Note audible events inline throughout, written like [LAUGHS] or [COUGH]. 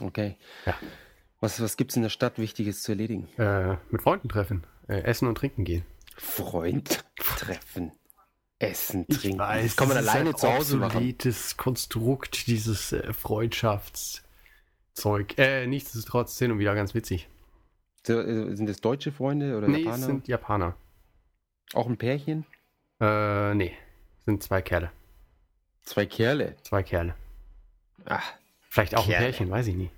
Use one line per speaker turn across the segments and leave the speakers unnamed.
Okay.
Ja.
Was, was gibt's in der Stadt Wichtiges zu erledigen?
Äh, mit Freunden treffen, äh, essen und trinken gehen.
Freund treffen, essen,
Ich
trinken.
weiß,
das kann man
das
alleine
ist halt
zu
ein
Hause machen.
obsoletes Konstrukt, dieses äh, Freundschaftszeug. Äh, nichtsdestotrotz hin und wieder ganz witzig.
So, äh, Sind das deutsche Freunde oder
nee, es
Japaner?
sind Japaner.
Auch ein Pärchen?
Äh, nee, es sind zwei Kerle.
Zwei Kerle.
Zwei Kerle. Ah.
Ach,
Vielleicht auch ein
Kerle.
Pärchen, weiß ich nie.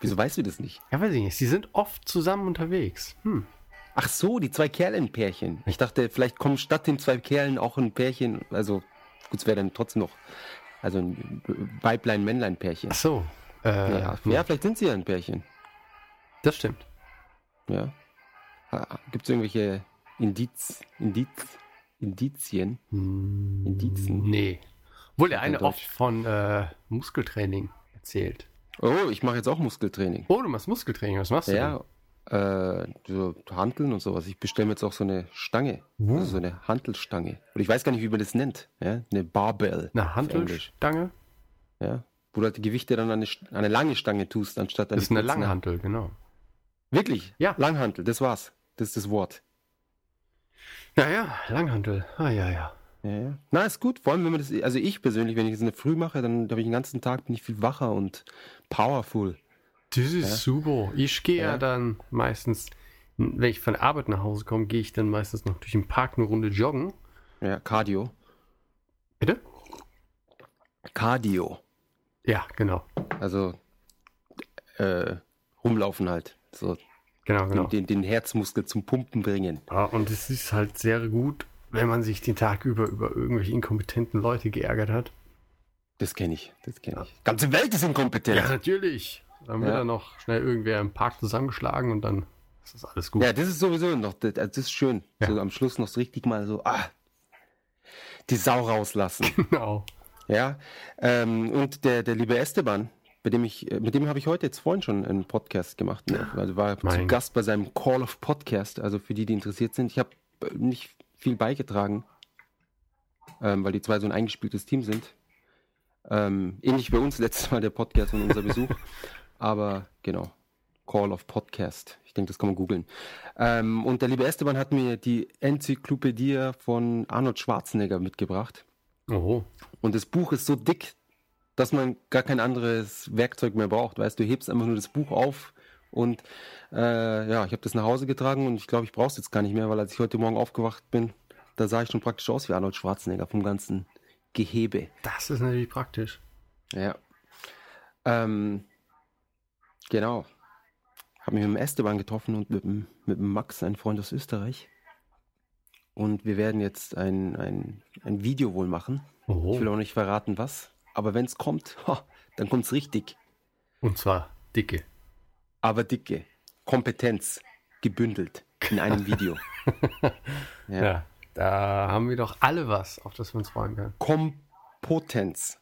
wieso weißt du das nicht?
Ja, weiß ich nicht. Sie sind oft zusammen unterwegs. Hm.
Ach so, die zwei Kerle ein Pärchen. Ich dachte, vielleicht kommen statt den zwei Kerlen auch ein Pärchen. Also, gut, es wäre dann trotzdem noch. Also ein Weiblein-Männlein-Pärchen.
Ach so. Äh,
Ja,
nee,
ja, vielleicht sind sie ja ein Pärchen.
Das stimmt.
Ja. Gibt es irgendwelche Indiz, Indiz, Indizien? Indizen?
Hm, Nee. Obwohl der eine
Kein Deutsch.
oft von äh, Muskeltraining erzählt.
Oh, ich mache jetzt auch Muskeltraining.
Oh, du machst Muskeltraining, was machst du?
Ja, äh, so Hanteln und sowas. Ich bestelle mir jetzt auch so eine Stange.
Wow.
Also so eine Hantelstange. Und ich weiß gar nicht, wie man das nennt. Ja? Eine Barbell.
Eine
auf Englisch.
Hantelstange?
Ja? Wo du halt die Gewichte dann an eine, St- an eine lange Stange tust, anstatt an
Das ist
die
eine
kurzen.
Langhantel, genau.
Wirklich?
Ja.
Langhantel, das war's. Das ist das Wort.
Naja, Langhantel. Ah, ja, ja.
Ja, ja. Na, ist gut. Vor allem, wenn man das, also ich persönlich, wenn ich das in der Früh mache, dann habe ich den ganzen Tag, bin ich viel wacher und powerful.
Das ist super. Ich gehe ja.
Ja.
dann meistens, wenn ich von der Arbeit nach Hause komme, gehe ich dann meistens noch durch den Park eine Runde joggen.
Ja, Cardio.
Bitte?
Cardio.
Ja, genau.
Also, äh, rumlaufen halt. So,
Genau, genau.
den, den, den Herzmuskel zum Pumpen bringen.
Ja, und es ist halt sehr gut, wenn man sich den Tag über über irgendwelche inkompetenten Leute geärgert hat.
Das kenne ich. Das kenne ich. Ganze Welt ist inkompetent.
Ja,
Ja.
natürlich. Dann wird
Ja.
dann noch schnell irgendwer im Park zusammengeschlagen und dann ist das alles gut.
das ist sowieso noch, das, das ist schön.
Ja.
So am Schluss noch so richtig mal so, ah, die Sau rauslassen.
[LAUGHS] Genau.
Ja, ähm, und der, der liebe Esteban, bei dem ich, äh, mit dem habe ich heute jetzt vorhin schon einen Podcast gemacht. Ne? Also war zu
Mein-
Gast bei seinem Call of Podcast, also für die, die interessiert sind. Ich habe äh, nicht viel beigetragen, ähm, weil die zwei so ein eingespieltes Team sind. Ähm, ähnlich bei uns letztes Mal der Podcast und unser Besuch. Aber genau, Call of Podcast. Ich denke, das kann man googeln. Ähm, und der liebe Esteban hat mir die Enzyklopädie von Arnold Schwarzenegger mitgebracht.
Oh,
Und das Buch ist so dick, dass man gar kein anderes Werkzeug mehr braucht. Weißt du, hebst einfach nur das Buch auf und äh, ja, ich habe das nach Hause getragen und ich glaube, ich brauche es jetzt gar nicht mehr, weil als ich heute Morgen aufgewacht bin, da sah ich schon praktisch aus wie Arnold Schwarzenegger vom ganzen Gehebe.
das ist natürlich praktisch.
Ja. Ähm, genau. Habe mich mit dem Esteban getroffen und mit dem, mit dem Max, ein Freund aus Österreich. Und wir werden jetzt ein, ein, ein Video wohl machen. Ich will
Oh,
auch nicht verraten, was. Aber wenn es kommt, ha, dann kommt es richtig.
und zwar dicke.
Aber dicke. Kompetenz. Gebündelt. In
[LAUGHS]
einem Video. Ja.
Ja. da haben wir doch alle was, auf das wir uns freuen können.
Kompotenz.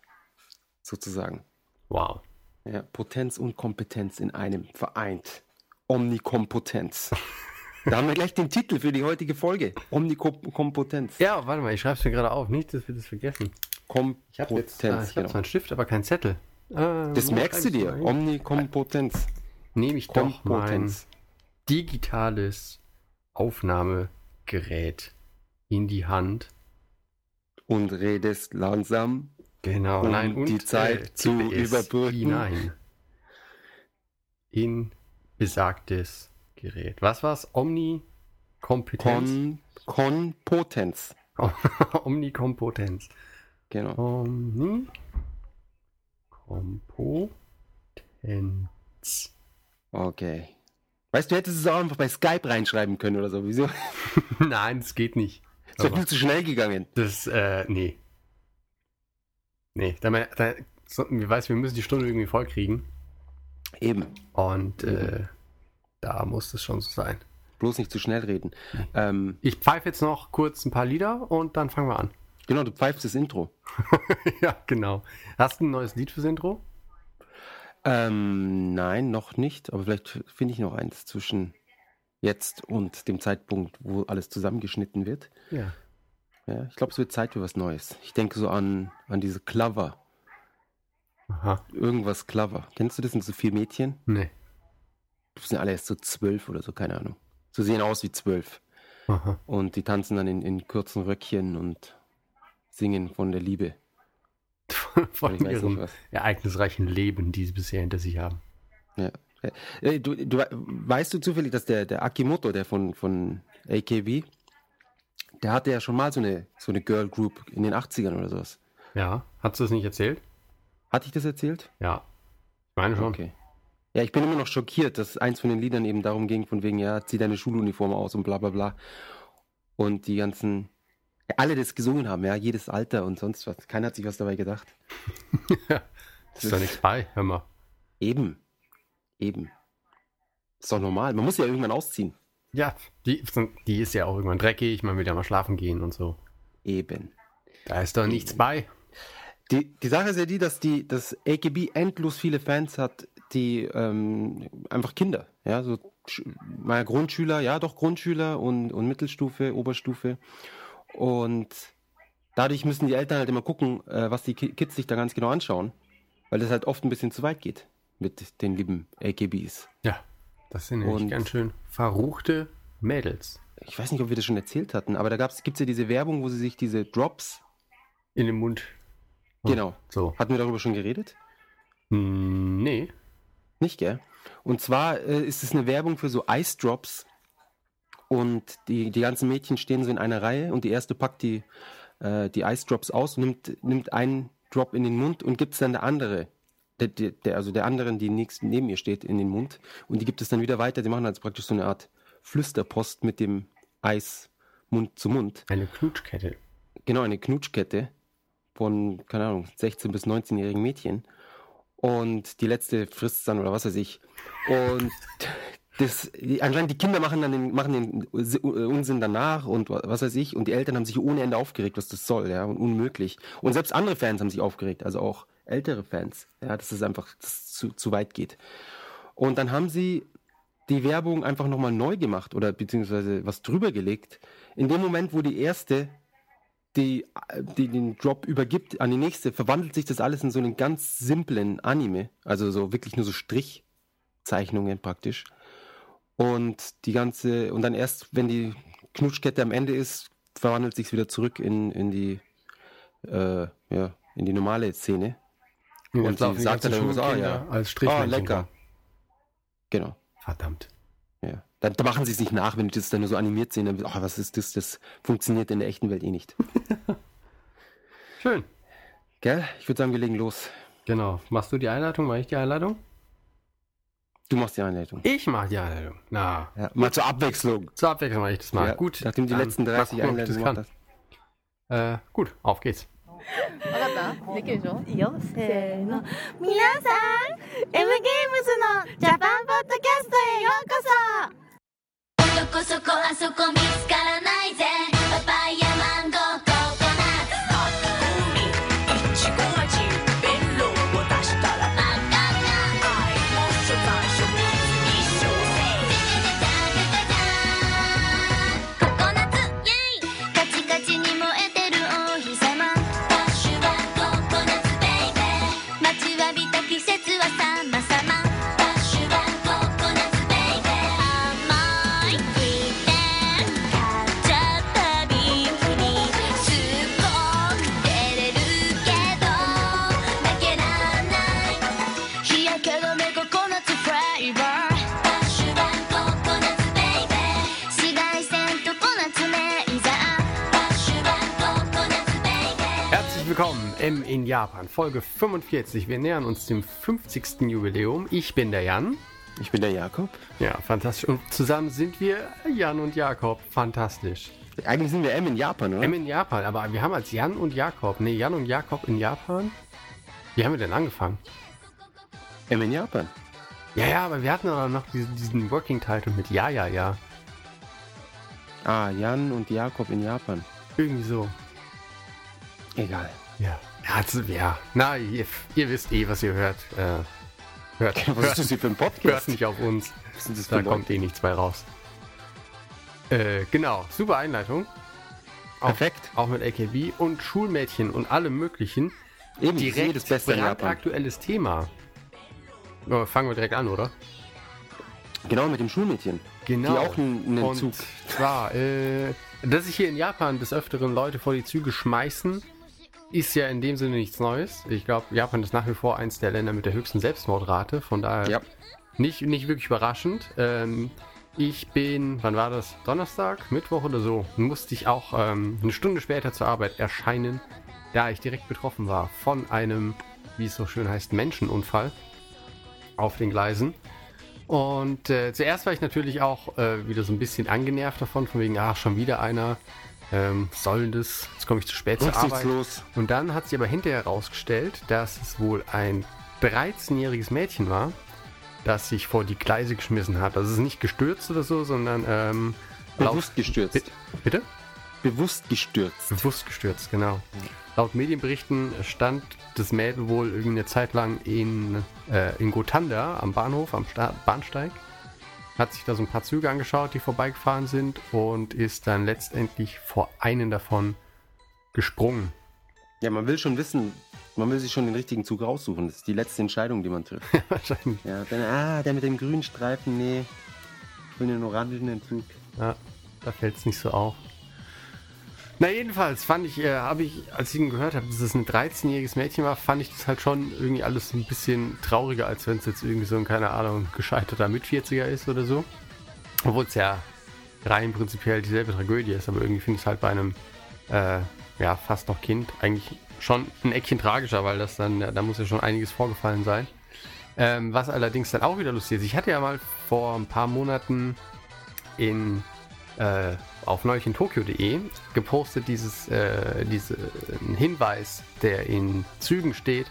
Sozusagen.
Wow.
Ja, Potenz und Kompetenz in einem vereint.
[LAUGHS]
Omnikompetenz. Da haben wir gleich den Titel für die heutige Folge. Omnikompetenz.
Ja, warte mal, ich schreibe es mir gerade auf. Nicht, dass wir das vergessen. Ich habe
Kompetenz,
jetzt äh, ich hab zwar
genau.
einen Stift, aber keinen Zettel. Ähm,
Das
wo
merkst du
schreibst
dir.
rein?
Omnikompetenz.
Nehme ich doch mein
Kompetenz.
digitales Aufnahmegerät in die Hand.
Und redest langsam
Genau.
Um die Zeit zu
tippe es
überbrücken.
Hinein. In besagtes Gerät. Was war's? Omnikompetenz.
Kon Konpotenz.
[LAUGHS] Omnikompetenz.
Genau.
Omnikompetenz.
Okay. Weißt du, hättest es auch einfach bei Skype reinschreiben können oder so. Wieso?
[LAUGHS]
[LAUGHS]
Nein, es geht nicht.
Ist doch
Aber-
viel zu schnell gegangen.
Das, äh, nee. Nee, da, mer- da sollten wir weiß, wir müssen die Stunde irgendwie voll kriegen.
Eben.
Und äh, da muss es schon so sein.
Bloß nicht zu schnell reden. Ähm,
Ich pfeife jetzt noch kurz ein paar Lieder und dann fangen wir an. [LAUGHS]
genau, du pfeifst das Intro.
ja, genau. Hast du ein neues Lied fürs Intro?
Ähm, nein, noch nicht. Aber vielleicht finde ich noch eins zwischen jetzt und dem Zeitpunkt, wo alles zusammengeschnitten wird.
Ja.
Ja, ich glaube, es wird Zeit für was Neues. Ich denke so an, an diese Clover.
Aha.
Irgendwas Clover. Kennst du das? Sind so vier Mädchen?
Nee.
Das sind alle erst so zwölf oder so, keine Ahnung. So sehen aus wie zwölf.
Aha.
Und die tanzen dann in, in kurzen Röckchen und singen von der Liebe.
Von
Ich weiß nicht
ihrem
was.
ereignisreichen Leben, die sie bisher hinter sich haben.
Ja. Äh, Du, du, we- weißt du zufällig, dass der, der Akimoto, der von, von AKB, der hatte ja schon mal so eine, so eine Girl Group in den 80ern oder sowas.
Ja. Hast du das nicht erzählt?
Hatte ich das erzählt?
Ja. Ich meine schon.
Okay. Ja, ich bin immer noch schockiert, dass eins von den Liedern eben darum ging, von wegen, ja, zieh deine Schuluniform aus und bla bla bla. Und die ganzen, alle das gesungen haben, ja, jedes Alter und sonst was. Keiner hat sich was dabei gedacht.
Ist da nichts bei? Hör mal.
Eben. Eben. Ist doch normal. Man muss ja irgendwann ausziehen.
Ja, die, die ist ja auch irgendwann dreckig, man will ja mal schlafen gehen und so.
Eben.
Da ist doch nichts bei.
Die, die Sache ist ja die, dass die, dass AKB endlos viele Fans hat, die ähm, einfach Kinder, ja, so Sch- mal Grundschüler, ja, doch Grundschüler und, und Mittelstufe, Oberstufe. Und dadurch müssen die Eltern halt immer gucken, äh, was die Ki- Kids sich da ganz genau anschauen, weil das halt oft ein bisschen zu weit geht mit den lieben AKBs.
Ja, das sind nämlich
Und-
ganz schön verruchte Mädels.
Ich weiß nicht, ob wir das schon erzählt hatten, aber da gibt es ja diese Werbung, wo sie sich diese Drops,
In den Mund. Oh.
genau,
So.
hatten wir darüber schon geredet?
Hm, Nee.
Nicht, gell? Und zwar äh, ist es eine Werbung für so Ice Drops. Und die, die ganzen Mädchen stehen so in einer Reihe und die erste packt die, äh, die Ice Drops aus und nimmt, nimmt einen Drop in den Mund und gibt es dann der andere, der, der, der, also der anderen, die nächst neben ihr steht, in den Mund. Und die gibt es dann wieder weiter. Die machen also praktisch so eine Art Flüsterpost mit dem Eis Mund zu Mund.
Eine Knutschkette.
Genau, eine Knutschkette von, keine Ahnung, 16- bis 19-jährigen Mädchen. Und die letzte frisst dann oder was weiß ich. Und [LAUGHS] das, die, anscheinend die Kinder machen dann den, machen den Us- Unsinn danach und wa- was weiß ich. Und die Eltern haben sich ohne Ende aufgeregt, was das soll, ja, und unmöglich. Und selbst andere Fans haben sich aufgeregt, also auch ältere Fans, ja, dass es einfach dass es zu, zu weit geht. Und dann haben sie die Werbung einfach nochmal neu gemacht oder beziehungsweise was drüber gelegt. In dem Moment, wo die erste die, die den Drop übergibt an die nächste, verwandelt sich das alles in so einen ganz simplen Anime. Also so wirklich nur so Strichzeichnungen praktisch. Und die ganze, und dann erst, wenn die Knutschkette am Ende ist, verwandelt sich es wieder zurück in, in die, äh, ja, in die normale Szene. Und
jetzt
sie
laufen die
sagt dann
ganzen
irgendwas, ah,
Schulkinder
ja.
als
Ah,
Strichmännchen
lecker.
rum.
Genau.
Verdammt.
Ja. Da, da machen sie es nicht nach, wenn die das dann nur so animiert sehen. Dann, ah, was ist das? Das funktioniert in der echten Welt eh nicht.
Schön.
Gell? Ich würde sagen, wir legen los.
Genau. Machst du die Einleitung? Mach ich die Einleitung?
Du machst die Einleitung.
Ich mache die Einleitung. Na,
Ja, mal zur Abwechslung.
zur Abwechslung mache ich das mal.
Ja,
gut.
Nachdem die
dann
letzten
mal
30
gucken, ob ich das
Einladungen gemacht hast.
kann. Äh, gut, auf geht's.
わかったできるでしょ
いいよせーの皆さん M ゲームズのジャパンポッドキャストへようこそ
どこそこあそこ見つからないぜパパイヤマンゴーココナッツ
いちご味弁論を出したら
マカナ
愛も初感初水一生
ジャジャジャジャジャジャココナッツイェイカチカチに燃えてるお日様ダッシュはココナッツベイベー待ちわびた季節は様々ダッシュはココナッツベイベー甘い気分カッチャー旅にすっぽん出れるけど負けらんない日焼け止めココナッツフレーバーダッシュはココナッツベイベー紫外線とコナッツレイザーダッシュはココナッツベイベー
Herzlich willkommen M in Japan, Folge 45. Wir nähern uns dem 50. Jubiläum. Ich bin der Jan.
Ich bin der Jakob.
Ja, fantastisch. Und zusammen sind wir Jan und Jakob. Fantastisch.
Eigentlich sind wir M in Japan, oder?
M in Japan, aber wir haben als Jan und Jakob. Nee, Jan und Jakob in Japan. Wie haben wir denn angefangen?
M in Japan.
Ja, ja, aber wir hatten doch noch diesen, diesen Working Title mit Ja, ja, ja.
Ah, Jan und Jakob in Japan.
Irgendwie so.
Egal. [LAUGHS]
Ja. Ja, das, ja. na, ihr, ihr wisst eh, was ihr hört. Äh, hört,
Was ist das
hört,
hier für ein
hört
Podcast?
nicht auf uns.
Was sind das für
Da
Leute?
kommt eh nichts bei raus. Äh, genau, super Einleitung. Auch,
Perfekt.
Auch mit AKB und Schulmädchen und allem möglichen.
Eben, ich sehe
Direkt
das Hm, Beste in Japan.
brandaktuelles Thema. Aber fangen wir direkt an, oder?
Genau, mit dem Schulmädchen. Die auch einen, einen
Genau. Und
Zug.
zwar, äh, dass sich hier in Japan des Öfteren Leute vor die Züge schmeißen, ist ja in dem Sinne nichts Neues. Ich glaube, Japan ist nach wie vor eins der Länder mit der höchsten Selbstmordrate. Von daher
Ja.
nicht, nicht wirklich überraschend. Ähm, ich bin, wann war das? Donnerstag, Mittwoch oder so, musste ich auch ähm, eine Stunde später zur Arbeit erscheinen, da ich direkt betroffen war von einem, wie es so schön heißt, Menschenunfall auf den Gleisen. Und äh, zuerst war ich natürlich auch äh, wieder so ein bisschen angenervt davon, von wegen, ach, schon wieder einer, ähm, soll das, jetzt komme ich zu spät zur Arbeit.
Rücksichtslos.
Und dann hat sich aber hinterher herausgestellt, dass es wohl ein 13-jähriges Mädchen war, das sich vor die Gleise geschmissen hat. Also es ist nicht gestürzt oder so, sondern ähm, laut,
Bewusst gestürzt.
bitte?
Bewusst gestürzt.
Bewusst gestürzt, genau. Laut Medienberichten stand das Mädel wohl irgendeine Zeit lang in, äh, in Gotanda am Bahnhof, am Sta Bahnsteig. Hat sich da so ein paar Züge angeschaut, die vorbeigefahren sind und ist dann letztendlich vor einen davon gesprungen. [LAUGHS]
Ja, man will schon wissen, man will sich schon den richtigen Zug raussuchen. Das ist die letzte Entscheidung, die man trifft.
Wahrscheinlich.
ja, dann, ah, der mit dem grünen Streifen, nee. Ich will den orangenen Zug.
Ja, da fällt es nicht so auf. Na jedenfalls fand ich, äh, habe ich, als ich ihn gehört habe, dass es ein 13-jähriges Mädchen war, fand ich das halt schon irgendwie alles ein bisschen trauriger, als wenn es jetzt irgendwie so ein, keine Ahnung, gescheiterter Mitvierziger ist oder so. Obwohl es ja rein prinzipiell dieselbe Tragödie ist, aber irgendwie finde ich es halt bei einem, äh, ja, fast noch Kind eigentlich schon ein Eckchen tragischer, weil das dann, da muss ja schon einiges vorgefallen sein. Ähm, was allerdings dann auch wieder lustig ist, ich hatte ja mal vor ein paar Monaten in äh, auf neuchintokio.de gepostet dieses äh, diese, einen Hinweis, der in Zügen steht,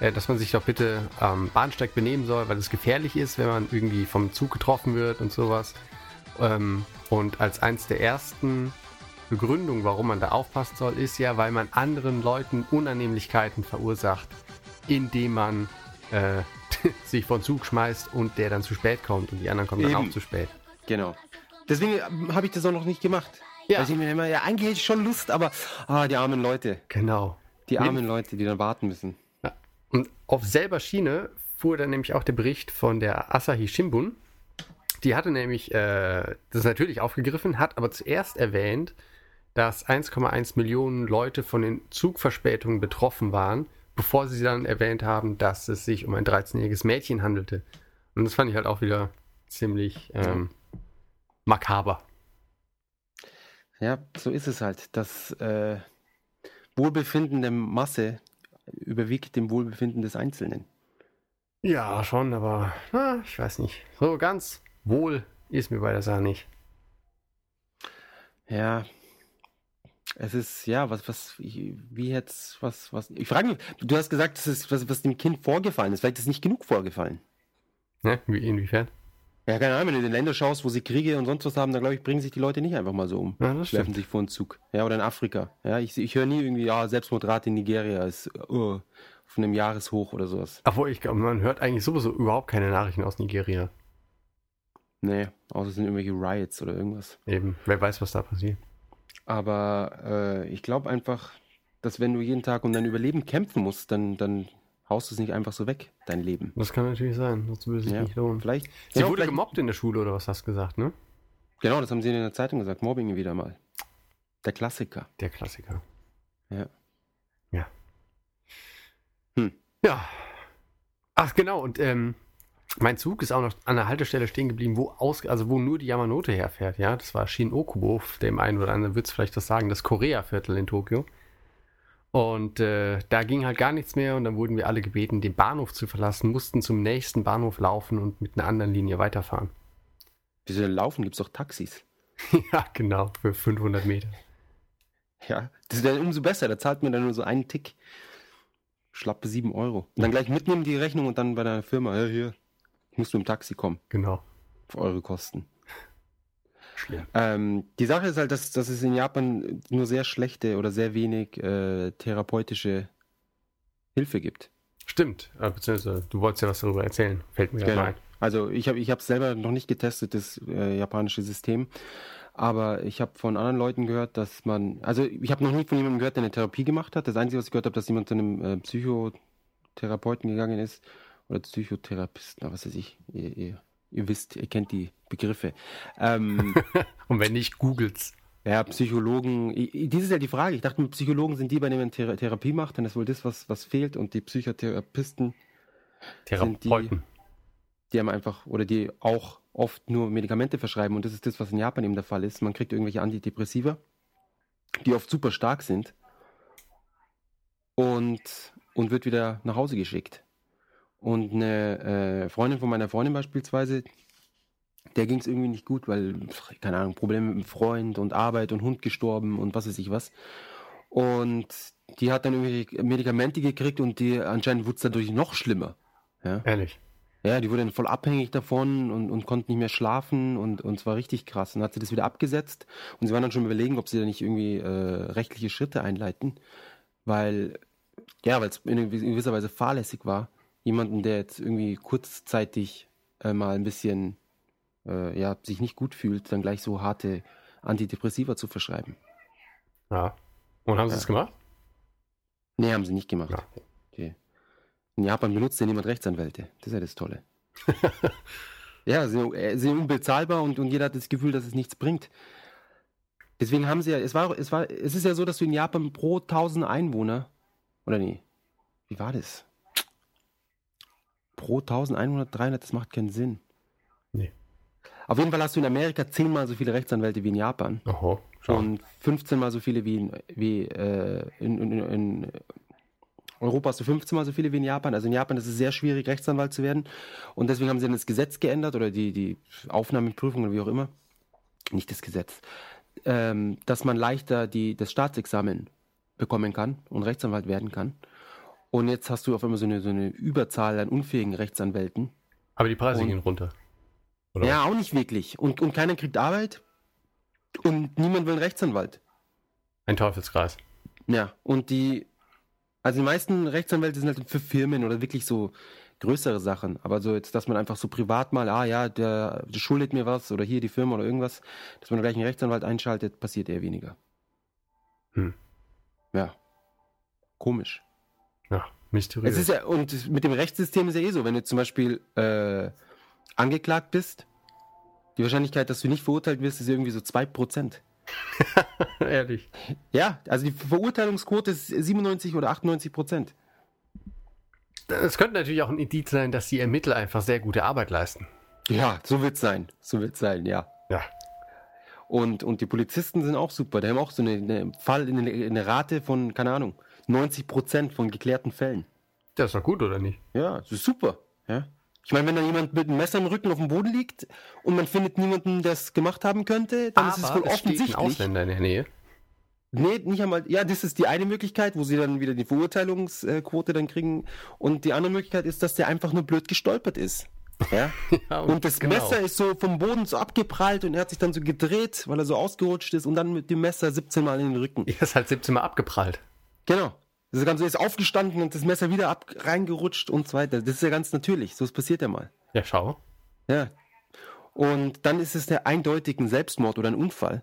äh, dass man sich doch bitte am Bahnsteig benehmen soll, weil es gefährlich ist, wenn man irgendwie vom Zug getroffen wird und sowas. Ähm, und als eins der ersten Begründung, warum man da aufpassen soll, ist ja, weil man anderen Leuten Unannehmlichkeiten verursacht, indem man äh, [LAUGHS] sich von Zug schmeißt und der dann zu spät kommt und die anderen kommen dann
Eben.
auch zu spät.
Genau. Deswegen ähm, habe ich das auch noch nicht gemacht.
Ja.
Weil ich mir immer, ja, eigentlich hätte ich schon Lust, aber ah, die armen Leute.
Genau.
Die
Nimm-
armen Leute, die dann warten müssen.
Ja. Und auf selber Schiene fuhr dann nämlich auch der Bericht von der Asahi Shimbun. Die hatte nämlich äh, das natürlich aufgegriffen, hat aber zuerst erwähnt, dass 1,1 Millionen Leute von den Zugverspätungen betroffen waren, bevor sie dann erwähnt haben, dass es sich um ein 13-jähriges Mädchen handelte. Und das fand ich halt auch wieder ziemlich ähm, makaber.
Ja, so ist es halt. Das äh, Wohlbefinden der Masse überwiegt dem Wohlbefinden des Einzelnen.
Ja, schon, aber na, ich weiß nicht. So ganz wohl ist mir bei der Sache nicht.
Ja. Es ist, ja, was, was, ich- wie jetzt, was, was. Ich frage mich, du hast gesagt, das ist, was, was dem Kind vorgefallen ist. Vielleicht ist nicht genug vorgefallen.
Ne? Wie, inwiefern?
Ja, keine Ahnung, wenn du in den Länder schaust, wo sie Kriege und sonst was haben, dann glaube ich, bringen sich die Leute nicht einfach mal so um.
Ja, das
Werfen sich vor den Zug. Ja, oder in Afrika. Ja, ich, ich höre nie irgendwie, ja, Selbstmordrate in Nigeria ist uh, von einem Jahreshoch oder sowas.
Obwohl, ich glaube, man hört eigentlich sowieso überhaupt keine Nachrichten aus Nigeria.
Nee, außer es sind irgendwelche Riots oder irgendwas.
Eben, wer weiß, was da passiert.
Aber äh, ich glaube einfach, dass wenn du jeden Tag um dein Überleben kämpfen musst, dann, dann haust du es nicht einfach so weg, dein Leben.
Das kann natürlich sein, sonst würde es sich
Ja,
nicht lohnen.
vielleicht.
Sie
ja,
wurde
vielleicht,
gemobbt in der Schule oder was hast du gesagt, ne?
Genau, das haben sie in der Zeitung gesagt. Mobbing wieder mal. Der Klassiker.
Der Klassiker.
Ja.
Ja.
Hm.
Ja. Ach genau, und ähm, mein Zug ist auch noch an der Haltestelle stehen geblieben, wo aus, also wo nur die Yamanote herfährt, ja. Das war Shin-Okubo, dem einen oder anderen wird es vielleicht das sagen, das Korea-Viertel in Tokio. Und äh, da ging halt gar nichts mehr und dann wurden wir alle gebeten, den Bahnhof zu verlassen, mussten zum nächsten Bahnhof laufen und mit einer anderen Linie weiterfahren. [LAUGHS]
Wieso denn laufen? Gibt es doch Taxis.
ja, genau, für 500 Meter.
Ja, das wäre umso besser. Da zahlt man dann nur so einen Tick. Schlappe 7 Euro. Und dann gleich mitnehmen die Rechnung und dann bei deiner Firma. Ja, hier. Musst du im Taxi kommen.
Genau.
Auf eure Kosten.
Schlimm.
Ähm, die Sache ist halt, dass, dass es in Japan nur sehr schlechte oder sehr wenig äh, therapeutische Hilfe gibt.
Stimmt, äh, beziehungsweise du wolltest ja was darüber erzählen,
Genau.
fällt mir gerade ein.
Also ich habe es selber noch nicht getestet, das äh, japanische System. Aber ich habe von anderen Leuten gehört, dass man, also ich habe noch nie von jemandem gehört, der eine Therapie gemacht hat. Das Einzige, was ich gehört habe, dass jemand zu einem äh, Psychotherapeuten gegangen ist oder Psychotherapisten, was weiß ich. Ihr, ihr, ihr wisst, ihr kennt die Begriffe. Ähm,
Und wenn nicht, googelt's.
ja, Psychologen, i- i- das ist ja die Frage. Ich dachte, mir, Psychologen sind die, bei denen man Thera Therapie macht, dann ist wohl das, was, was fehlt. Und die Psychotherapisten Sind die-
Therapeuten.
die haben einfach oder die auch oft nur Medikamente verschreiben und das ist das, was in Japan eben der Fall ist. Man kriegt irgendwelche Antidepressiva, die oft super stark sind und, und wird wieder nach Hause geschickt. Und eine äh, Freundin von meiner Freundin beispielsweise, der ging es irgendwie nicht gut, weil, pf, keine Ahnung, Probleme mit dem Freund und Arbeit und Hund gestorben und was weiß ich was. Und die hat dann irgendwie Medikamente gekriegt und die anscheinend wurde es dadurch noch schlimmer. Ja.
Ehrlich.
Ja, die wurde dann voll abhängig davon und, und konnte nicht mehr schlafen und, und es war richtig krass. Dann hat sie das wieder abgesetzt und sie waren dann schon überlegen, ob sie da nicht irgendwie äh, rechtliche Schritte einleiten, weil ja, weil es in gewisser Weise fahrlässig war, jemanden, der jetzt irgendwie kurzzeitig äh, mal ein bisschen äh, ja, sich nicht gut fühlt, dann gleich so harte Antidepressiva zu verschreiben.
Ja. Und haben sie es gemacht?
Nee, haben sie nicht gemacht.
Ja.
Okay. In Japan benutzt ja niemand Rechtsanwälte. Das ist ja das
[LAUGHS]
Tolle. ja, sie äh, sind unbezahlbar und, und jeder hat das Gefühl, dass es nichts bringt. Deswegen haben sie ja, es war, es war, es ist ja so, dass du in Japan pro 1000 Einwohner, oder nee, wie war das? Pro 1000 Einwohner 300, das macht keinen Sinn.
Nee.
Auf jeden Fall hast du in Amerika zehnmal so viele Rechtsanwälte wie in Japan
Oho, schon.
und 15 mal so viele wie in, wie, äh, in, in, in Europa hast du 15 mal so viele wie in Japan. Also in Japan ist es sehr schwierig, Rechtsanwalt zu werden. Und deswegen haben sie dann das Gesetz geändert oder die, die Aufnahmeprüfung oder wie auch immer. Nicht das Gesetz. Ähm, dass man leichter die, das Staatsexamen bekommen kann und Rechtsanwalt werden kann. Und jetzt hast du auf einmal so eine, so eine Überzahl an unfähigen Rechtsanwälten.
Aber die Preise
und-
gehen runter. Oder
Ja, auch nicht wirklich. Und, und keiner kriegt Arbeit und niemand will einen Rechtsanwalt.
Ein Teufelskreis.
Ja, und die, also die meisten Rechtsanwälte sind halt für Firmen oder wirklich so größere Sachen. Aber so jetzt, dass man einfach so privat mal, ah ja, der, der schuldet mir was oder hier die Firma oder irgendwas, dass man gleich einen Rechtsanwalt einschaltet, passiert eher weniger.
Hm.
Ja. Komisch.
Ja, mysteriös.
Es ist ja, und mit dem Rechtssystem ist ja eh so, wenn du zum Beispiel äh, angeklagt bist, die Wahrscheinlichkeit, dass du nicht verurteilt wirst, ist irgendwie so 2%.
ehrlich.
Ja, also die Verurteilungsquote ist 97 oder 98 Prozent.
Es könnte natürlich auch ein Indiz sein, dass die Ermittler einfach sehr gute Arbeit leisten.
Ja, so wird's sein. So wird's sein, ja.
Ja.
Und, und die Polizisten sind auch super. Die haben auch so eine, eine Fall, eine, eine Rate von, keine Ahnung, 90 Prozent von geklärten Fällen.
Das ist doch gut, oder nicht?
Ja, das ist super. Ja. Ich meine, wenn da jemand mit einem Messer im Rücken auf dem Boden liegt und man findet niemanden, der es gemacht haben könnte, dann ist es wohl
Steht ein
offensichtlich.
Ausländer in der Nähe.
Nee, nicht einmal. Ja, das ist die eine Möglichkeit, wo sie dann wieder die Verurteilungsquote dann kriegen. Und die andere Möglichkeit ist, dass der einfach nur blöd gestolpert ist. Ja.
[LAUGHS] Ja,
Und das
genau.
Messer ist so vom Boden so abgeprallt und er hat sich dann so gedreht, weil er so ausgerutscht ist und dann mit dem Messer 17 Mal in den Rücken.
Er ist halt 17 Mal abgeprallt.
Genau. Das Ganze ist aufgestanden und das Messer wieder ab reingerutscht und so weiter. Das ist ja ganz natürlich. So was passiert ja mal.
Ja, schau.
Ja. Und dann ist es der eindeutig ein Selbstmord oder ein Unfall.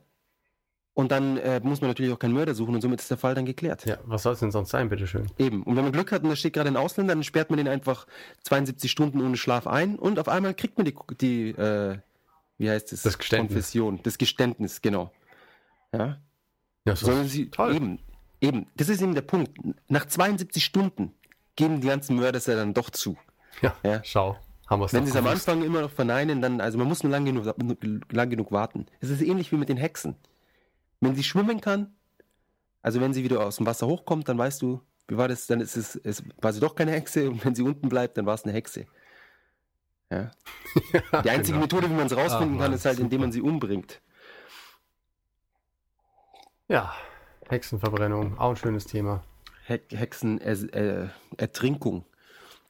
Und dann äh, muss man natürlich auch keinen Mörder suchen und somit ist der Fall dann geklärt.
Ja, was soll es denn sonst sein, bitteschön?
Eben. Und wenn man Glück hat und da steht gerade ein Ausländer, dann sperrt man den einfach 72 Stunden ohne Schlaf ein und auf einmal kriegt man die, die äh, wie heißt es?
Das Geständnis.
Konfession, das Geständnis, genau. Ja.
Ja, so-
Sondern sie,
toll.
Eben, eben. Das ist eben der Punkt. Nach 72 Stunden geben die ganzen Mörder es ja dann doch zu.
ja,
Ja.
schau. Haben wir es
Wenn sie es am Anfang immer noch verneinen, dann, also man muss nur lang genug, lang genug warten. Es ist ähnlich wie mit den Hexen. Wenn sie schwimmen kann, also wenn sie wieder aus dem Wasser hochkommt, dann weißt du, wie war das, dann ist es, es war sie doch keine Hexe und wenn sie unten bleibt, dann war es eine Hexe. Ja. Die einzige Methode, wie man es rausfinden
Ach,
kann,
Mann,
ist halt, indem man sie umbringt.
Ja, Hexenverbrennung, auch ein schönes Thema.
He Hexen, äh, äh, Ertrinkung.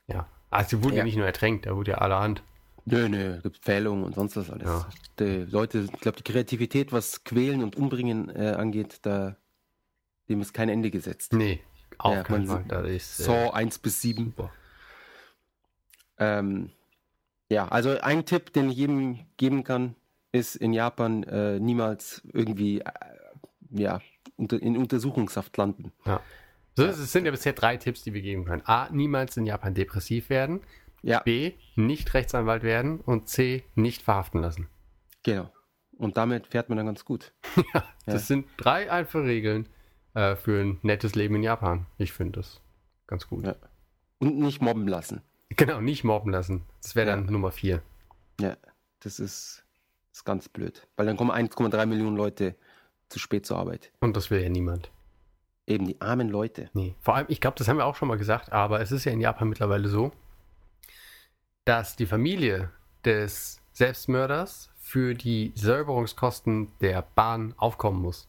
Ja. Also, sie wurden ja.
Ja.
nicht nur ertränkt, da wurde ja allerhand.
Nö, nö, gibt Fählung und sonst was alles.
Ja.
Die Leute, ich glaube, die Kreativität, was Quälen und Umbringen äh, angeht, da dem ist kein Ende gesetzt.
Nee, auf
Ja,
keinen Fall.
man-
Das ist, äh,
Saw 1 bis 7.
Boah.
Ähm, ja, also ein Tipp, den ich jedem geben kann, ist in Japan äh, niemals irgendwie äh, ja, unter, in Untersuchungshaft landen.
Ja. So, es sind ja bisher drei Tipps, die wir geben können. A. Niemals in Japan depressiv werden.
Ja,
B. Nicht Rechtsanwalt werden. Und C. Nicht verhaften lassen.
genau. Und damit fährt man dann ganz gut. Ja.
Das sind drei einfache Regeln äh, für ein nettes Leben in Japan. Ich finde das ganz gut.
Ja. Und nicht mobben lassen.
Genau, nicht mobben lassen. Das wäre dann Nummer vier.
Ja, das ist, ist ganz blöd. Weil dann kommen 1,3 Millionen Leute zu spät zur Arbeit.
Und das will ja niemand.
Eben die armen Leute.
Nee. Vor allem, ich glaube, das haben wir auch schon mal gesagt, aber es ist ja in Japan mittlerweile so, dass die Familie des Selbstmörders für die Säuberungskosten der Bahn aufkommen muss.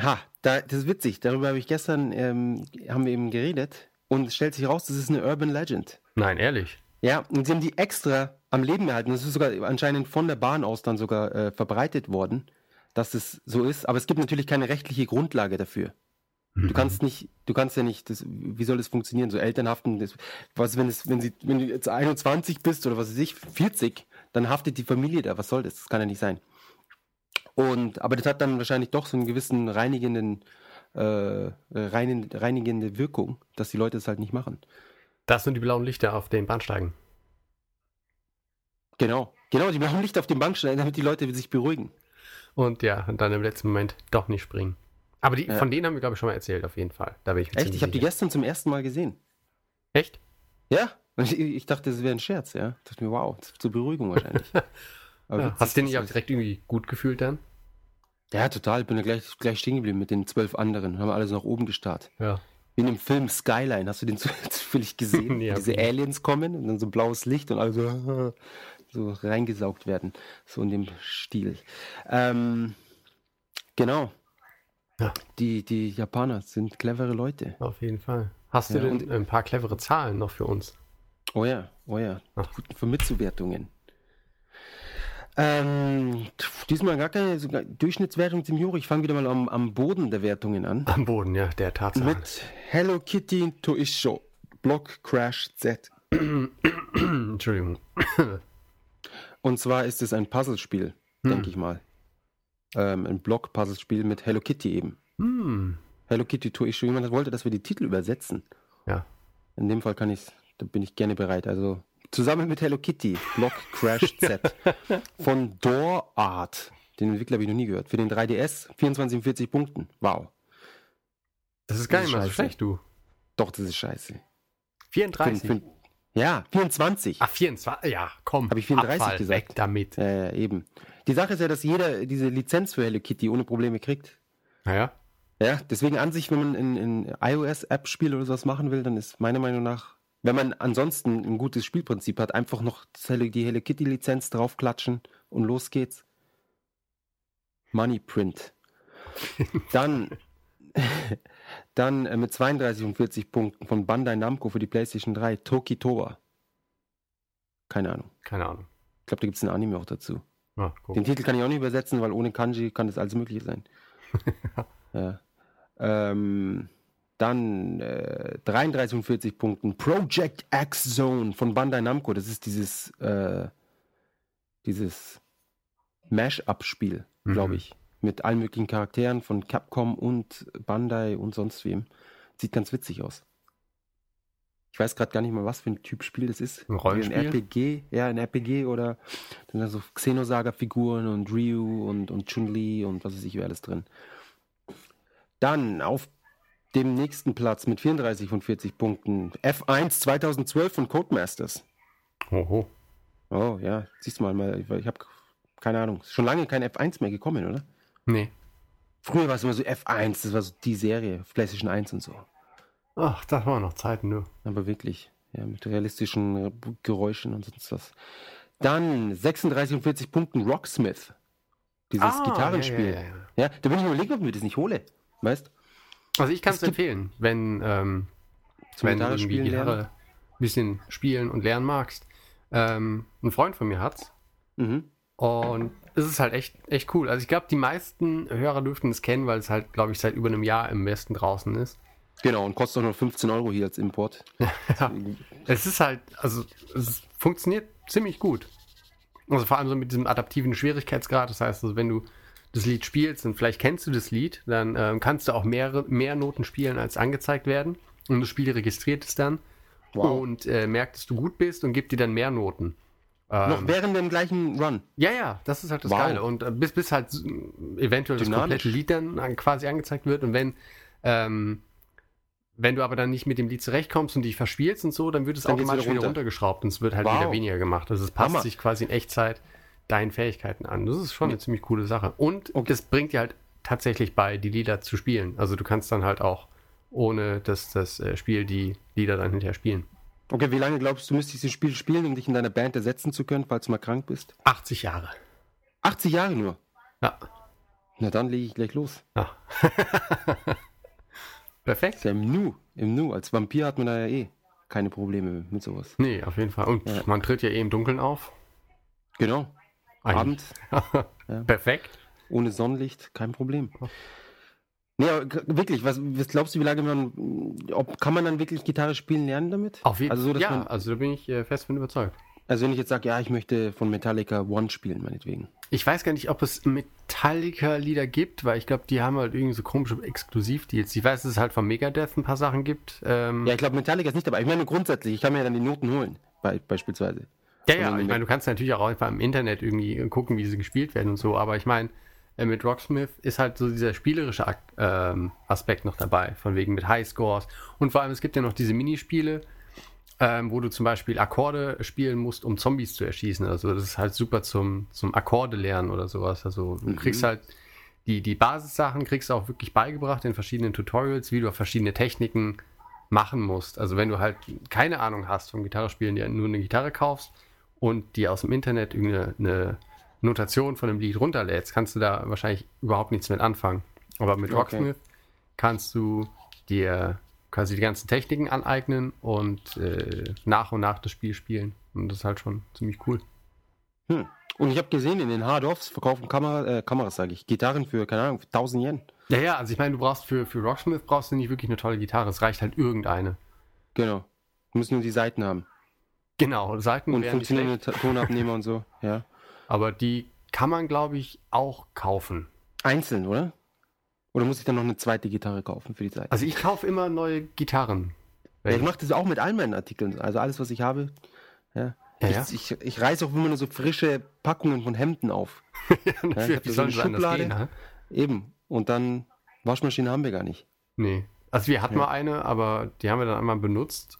Ha, da, das ist witzig. Darüber habe ich gestern, ähm, haben wir eben geredet. Und es stellt sich raus, das ist eine Urban Legend.
Nein, ehrlich.
Ja, und sie haben die extra am Leben erhalten. Das ist sogar anscheinend von der Bahn aus dann sogar äh, verbreitet worden, dass es so ist. Aber es gibt natürlich keine rechtliche Grundlage dafür. Du kannst nicht, du kannst ja nicht, das, wie soll das funktionieren? So Elternhaften, das, was, wenn es, wenn sie, wenn du jetzt 21 bist oder was weiß ich, 40, dann haftet die Familie da. Was soll das? Das kann ja nicht sein. Und, aber das hat dann wahrscheinlich doch so einen gewissen reinigenden, äh, reinen- reinigende Wirkung, dass die Leute es halt nicht machen.
Das sind die blauen Lichter auf den Bahnsteigen.
Genau, genau, die machen Licht auf den Bankstein, damit die Leute sich beruhigen.
Und ja, und dann im letzten Moment doch nicht springen. Aber die,
Ja.
von denen haben wir, glaube ich, schon mal erzählt, auf jeden Fall. Da bin ich mir
Echt?
ziemlich
Ich habe die
sicher.
gestern zum ersten Mal gesehen.
Echt?
Ja? Und ich, ich dachte, das wäre ein Scherz, ja. Ich dachte mir, wow, z- zur Beruhigung wahrscheinlich. Aber
Ja.
witzig,
Hast du den nicht
dass
auch
das-
direkt irgendwie gut gefühlt dann?
Ja, total. Ich bin ja gleich, gleich stehen geblieben mit den zwölf anderen. Haben wir alles nach oben gestarrt.
Ja.
Wie in dem Film Skyline. Hast du den [LAUGHS] zu- zufällig gesehen?
Nee,
Wo
hab
diese
ich nicht.
Aliens kommen und dann so blaues Licht und alle so, [LAUGHS] so reingesaugt werden. So in dem Stil. Ähm, genau.
Ja.
Die, die Japaner sind clevere Leute.
Auf jeden Fall. Hast
Ja,
du denn
und-
ein paar clevere Zahlen noch für uns?
Oh ja, oh ja.
Ach.
Guten Vermitzuwertungen. Ähm, diesmal gar keine sogar Durchschnittswertung zum Juri. Ich fange wieder mal am, am Boden der Wertungen an.
Am Boden, ja, der Tatsache.
Mit Hello Kitty Toisho. Block Crash Z.
[CLEARS THROAT] Entschuldigung.
Und zwar ist es ein Puzzlespiel, denke ich mal. Ähm, ein Block-Puzzlespiel mit Hello Kitty eben.
Hm.
Hello Kitty Toisho. Jemand wollte, dass wir die Titel übersetzen.
Ja.
In dem Fall kann ich, da bin ich gerne bereit. Also zusammen mit Hello Kitty, Block Crash Z von Door Art. Den Entwickler habe ich noch nie gehört. Für den 3DS 24 und 40 Punkten. Wow.
Das ist gar
Das
nicht
ist
mal so
scheiße.
schlecht, du.
Doch, das ist scheiße. Für-
34.
für- ja, 24.
Ach, 24. Ah, Ja, komm.
Hab ich 34
Abfall,
gesagt?
Weg damit.
Ja, ja, Äh, eben. Die Sache ist ja, dass jeder diese Lizenz für Hello Kitty ohne Probleme kriegt.
Naja.
Ja, deswegen an sich, wenn man in, in iOS-App-Spiel oder sowas machen will, dann ist meiner Meinung nach, wenn man ansonsten ein gutes Spielprinzip hat, einfach noch das Hello- die Hello Kitty-Lizenz draufklatschen und los geht's. Money Print. Dann, [LAUGHS] dann äh, mit 32 und 40 Punkten von Bandai Namco für die PlayStation 3, Toki Toa. Keine Ahnung.
Keine Ahnung.
Ich glaube, da gibt's ein Anime auch dazu.
Ja, guck.
Den Titel kann ich auch nicht übersetzen, weil ohne Kanji kann das alles Mögliche sein. ja. ähm, dann äh, 33 und 40 Punkten. Project X Zone von Bandai Namco. Das ist dieses, äh, dieses Mash-Up-Spiel, glaube
Mhm.
ich. Mit allen möglichen Charakteren von Capcom und Bandai und sonst wem. Sieht ganz witzig aus. Ich weiß gerade gar nicht mal, was für ein Typ Spiel das ist.
Ein Rollenspiel?
Wie Ein RPG, ja, ein RPG oder dann da so Xenosaga-Figuren und Ryu und, und Chun-Li und was weiß ich, wer alles drin. Dann auf dem nächsten Platz mit 34 von 40 Punkten F1 2012 von Codemasters.
Oho.
Oh ja, siehst du mal, mal ich, ich habe keine Ahnung, ist schon lange kein F1 mehr gekommen, oder?
Nee.
Früher war es immer so F1, das war so die Serie, PlayStation 1 und so.
Ach, das waren noch Zeiten, du.
Aber wirklich, ja, mit realistischen äh, Geräuschen und sonst was. Dann 36 und 40 Punkten Rocksmith. Dieses
Ah,
Gitarrenspiel.
ja,
Ja,
ja, ja, ja.
da bin ich überlegen, ob ich mir das nicht hole. Weißt
Also ich kann es
Es gibt-
empfehlen, wenn, ähm,
Zum
wenn du
Gitarre
irgendwie
spielen
Gitarre
lernen?
ein bisschen spielen und lernen magst. Ähm, ein Freund von mir hat's
Mhm.
und es ist halt echt, echt cool. Also ich glaube, die meisten Hörer dürften es kennen, weil es halt, glaube ich, seit über einem Jahr im Westen draußen ist.
Genau, und kostet auch nur 15 Euro hier als Import.
Es ist halt, also es funktioniert ziemlich gut. Also vor allem so mit diesem adaptiven Schwierigkeitsgrad. Das heißt, also, wenn du das Lied spielst und vielleicht kennst du das Lied, dann ähm, kannst du auch mehrere, mehr Noten spielen, als angezeigt werden. Und das Spiel registriert es dann und äh, merkt, dass du gut bist und gibt dir dann mehr Noten. Ähm,
Noch während dem gleichen Run.
ja, ja, das ist halt das
Wow.
Geile. Und äh, bis, bis halt äh, eventuell das
Dynamisch.
komplette Lied dann an- quasi angezeigt wird. Und wenn, ähm, wenn du aber dann nicht mit dem Lied zurechtkommst und dich verspielst und so, dann wird es
Dann geht's
automatisch
wieder
wieder
runter.
runtergeschraubt und es wird halt
Wow.
wieder weniger gemacht. Also es passt
Hammer.
sich quasi in Echtzeit deinen Fähigkeiten an. Das ist schon eine ziemlich coole Sache. Und
Okay.
es bringt dir halt tatsächlich bei, die Lieder zu spielen. Also du kannst dann halt auch ohne dass das äh, Spiel die Lieder dann hinterher spielen.
Okay, wie lange glaubst du, müsstest du das Spiel spielen, um dich in deiner Band ersetzen zu können, falls du mal krank bist?
80 Jahre.
80 Jahre nur.
Ja.
Na dann lege ich gleich los.
ja. [LAUGHS] Perfekt.
Ist ja im Nu. Im Nu. Als Vampir hat man da ja eh keine Probleme mit sowas.
Nee, auf jeden Fall. Und
Ja.
man tritt ja eh im
[LAUGHS]
Dunkeln auf.
Genau.
Eigentlich.
Abend,
Perfekt.
ohne Sonnenlicht, kein Problem. Nee, aber g- wirklich, was, was glaubst du, wie lange man, ob, kann man dann wirklich Gitarre spielen lernen damit?
Auf jeden
also so, dass
Ja,
man,
also da bin ich äh, fest von überzeugt.
also wenn ich jetzt sage, ja, ich möchte von Metallica One spielen, meinetwegen.
Ich weiß gar nicht, ob es Metallica-Lieder gibt, weil ich glaube, die haben halt irgendwie so komische Exklusivdeals. Ich weiß, dass es halt von Megadeth ein paar Sachen gibt. Ähm,
Ja, ich glaube, Metallica ist nicht dabei. Ich meine grundsätzlich, ich kann mir ja dann die Noten holen, bei, beispielsweise.
Ja, ja,
Sondern
ich meine, du kannst natürlich auch einfach im Internet irgendwie gucken, wie sie gespielt werden und so, aber ich meine, äh, mit Rocksmith ist halt so dieser spielerische Ak ähm, Aspekt noch dabei, von wegen mit Highscores. Und vor allem, es gibt ja noch diese Minispiele, ähm, wo du zum Beispiel Akkorde spielen musst, um Zombies zu erschießen. Also das ist halt super zum, zum Akkorde lernen oder sowas. Also du kriegst halt die, die Basissachen, kriegst du auch wirklich beigebracht in verschiedenen Tutorials, wie du verschiedene Techniken machen musst. Also wenn du halt keine Ahnung hast vom Gitarrespielen, dir nur eine Gitarre kaufst und die aus dem Internet irgendeine eine Notation von dem Lied runterlädst, kannst du da wahrscheinlich überhaupt nichts mit anfangen. Aber mit
Okay.
Rocksmith kannst du dir quasi die ganzen Techniken aneignen und äh, nach und nach das Spiel spielen. Und das ist halt schon ziemlich cool.
Hm. Und ich habe gesehen, in den Hard-Offs verkaufen Kamera, äh, Kameras, sage ich, Gitarren für, keine Ahnung, für 1000 Yen.
Ja, ja, also ich meine, du brauchst für, für Rocksmith brauchst du nicht wirklich eine tolle Gitarre, es reicht halt irgendeine.
Genau. Du musst nur die Seiten haben.
Genau, Seiten
Und
wären nicht
funktionierende Ta- Tonabnehmer und so, ja.
schlecht, aber die kann man, glaube ich, auch kaufen.
Einzeln, oder? Oder muss ich dann noch eine zweite Gitarre kaufen für die Seiten?
Also ich kaufe immer neue Gitarren.
Ja, Also ich mache das auch mit all meinen Artikeln. Also alles, was ich habe. Ja.
Ja,
ich,
ja.
ich, ich reiß auch immer nur so frische Packungen von Hemden auf. ich
Natürlich,
hab
wie
da so
sollen
eine
sie anders
Schublade.
gehen, hä?
Eben. Und dann Waschmaschine haben wir gar nicht.
Nee. Also wir hatten mal eine, aber die haben wir dann einmal benutzt.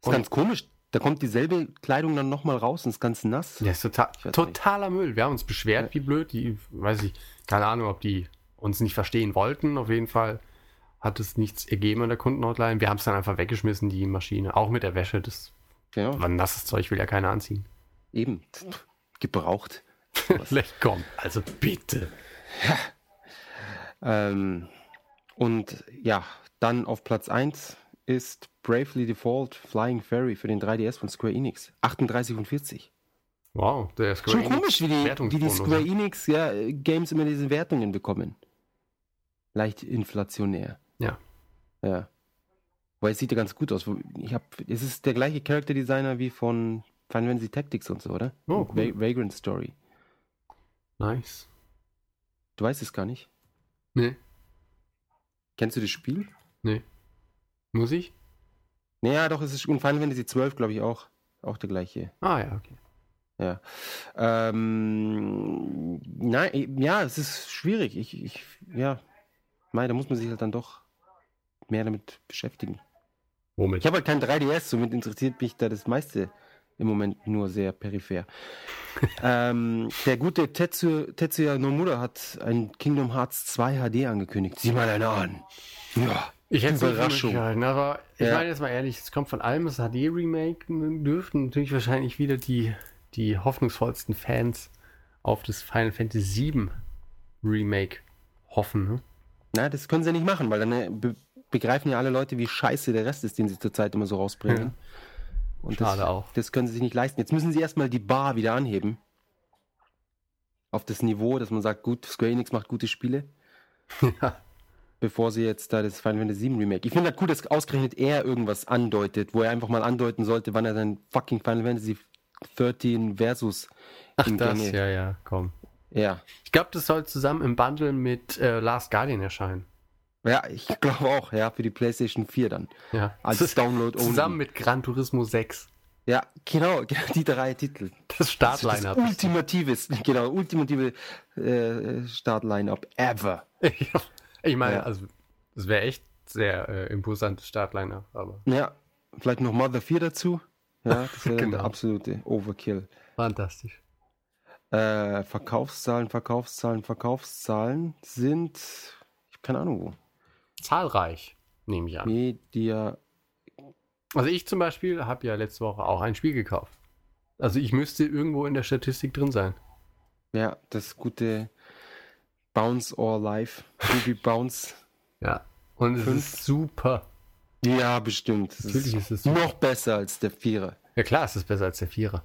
Ist
Und-
ganz komisch. Da kommt dieselbe Kleidung dann nochmal raus und ist ganz nass.
Ja, ist total,
weiß
Tota- totaler Müll. Wir haben uns beschwert, wie blöd. Die, weiß ich, keine Ahnung, ob die uns nicht verstehen wollten. Auf jeden Fall hat es nichts ergeben an der Kundenhotline. Wir haben es dann einfach weggeschmissen, die Maschine. Auch mit der Wäsche. Das
Genau.
war nasses Zeug, will ja keiner anziehen.
Eben. Pff,
[LAUGHS]
Gebraucht.
Vielleicht komm. Also bitte.
Ähm, und ja, dann auf Platz 1 ist Bravely Default Flying Fairy für den 3DS von Square Enix. 38 und 40.
Wow, der Square
Schon
Enix
komisch, wie die, wie die
Wertungsbonus.
Square Enix ja, äh, Games immer diese Wertungen bekommen. Leicht inflationär.
Ja.
Ja. Weil es sieht ja ganz gut aus. Ich hab, es ist der gleiche Character Designer wie von Final Fantasy Tactics und so, oder?
Oh, cool.
Va Vagrant Story.
Nice.
Du weißt es gar nicht.
Nee,
Kennst du das Spiel?
muss ich?
Naja, doch, es ist und Final Fantasy 12, glaube ich, auch. Auch der gleiche.
Ah ja, okay.
Ja. Ähm, nein, ja, es ist schwierig. Ich, ich, ja. Nein, da muss man sich halt dann doch mehr damit beschäftigen.
Womit?
Ich habe halt kein 3DS, somit interessiert mich da das meiste im Moment nur sehr peripher.
[LAUGHS]
ähm, der gute Tetsu, Tetsuya Nomura hat ein Kingdom Hearts 2 HD angekündigt. Sieh mal einer an. Ja.
Ich hätte es nicht für
Überraschung.
möglich gehalten, halt, ne, aber ich
Ja.
meine jetzt mal ehrlich, es kommt von allem das HD-Remake, dürften natürlich wahrscheinlich wieder die, die hoffnungsvollsten Fans auf das Final Fantasy VII Remake hoffen. Ne?
Na, das können sie nicht machen, weil dann äh, be begreifen ja alle Leute, wie scheiße der Rest ist, den sie zurzeit immer so rausbringen. Und das,
Schade auch.
Das können sie sich nicht leisten. Jetzt müssen sie erstmal die Bar wieder anheben. Auf das Niveau, dass man sagt, gut, Square Enix macht gute Spiele.
[LAUGHS] Ja.
Bevor sie jetzt da das Final Fantasy VII Remake. Ich finde halt gut, dass ausgerechnet er irgendwas andeutet, wo er einfach mal andeuten sollte, wann er sein fucking Final Fantasy 13 versus
Ach,
im
das,
Gange.
ja, ja, komm.
Ja.
Ich glaube, das soll zusammen im Bundle mit äh, Last Guardian erscheinen.
Ja, ich [LAUGHS] glaube auch, ja, für die PlayStation 4 dann.
Ja. Also
Als
Zus-
Download only.
zusammen mit Gran Turismo 6.
Ja, genau, [LAUGHS] genau, die drei Titel.
Das
Das ist das
Startline-Up.
ultimatives, genau, ultimative äh, Startline-Up ever.
Ja. ich meine,
Ja.
also, es wäre echt sehr äh, imposantes Startline-Up, aber
Ja, vielleicht noch Mother 4 dazu. Ja,
[LAUGHS]
das wäre dann der
Genau.
absolute Overkill.
fantastisch.
Äh, Verkaufszahlen, Verkaufszahlen, Verkaufszahlen sind, ich habe keine Ahnung wo.
Zahlreich, nehme ich an.
Media,
Also ich zum Beispiel habe ja letzte Woche auch ein Spiel gekauft. Also ich müsste irgendwo in der Statistik drin sein.
ja, das gute Bounce or Life. Ruby Bounce.
Ja. Und es
Fünf.
ist super.
Ja, bestimmt. Das
Natürlich
ist
ist es super.
noch besser als der Vierer.
Ja klar, es ist besser als der Vierer.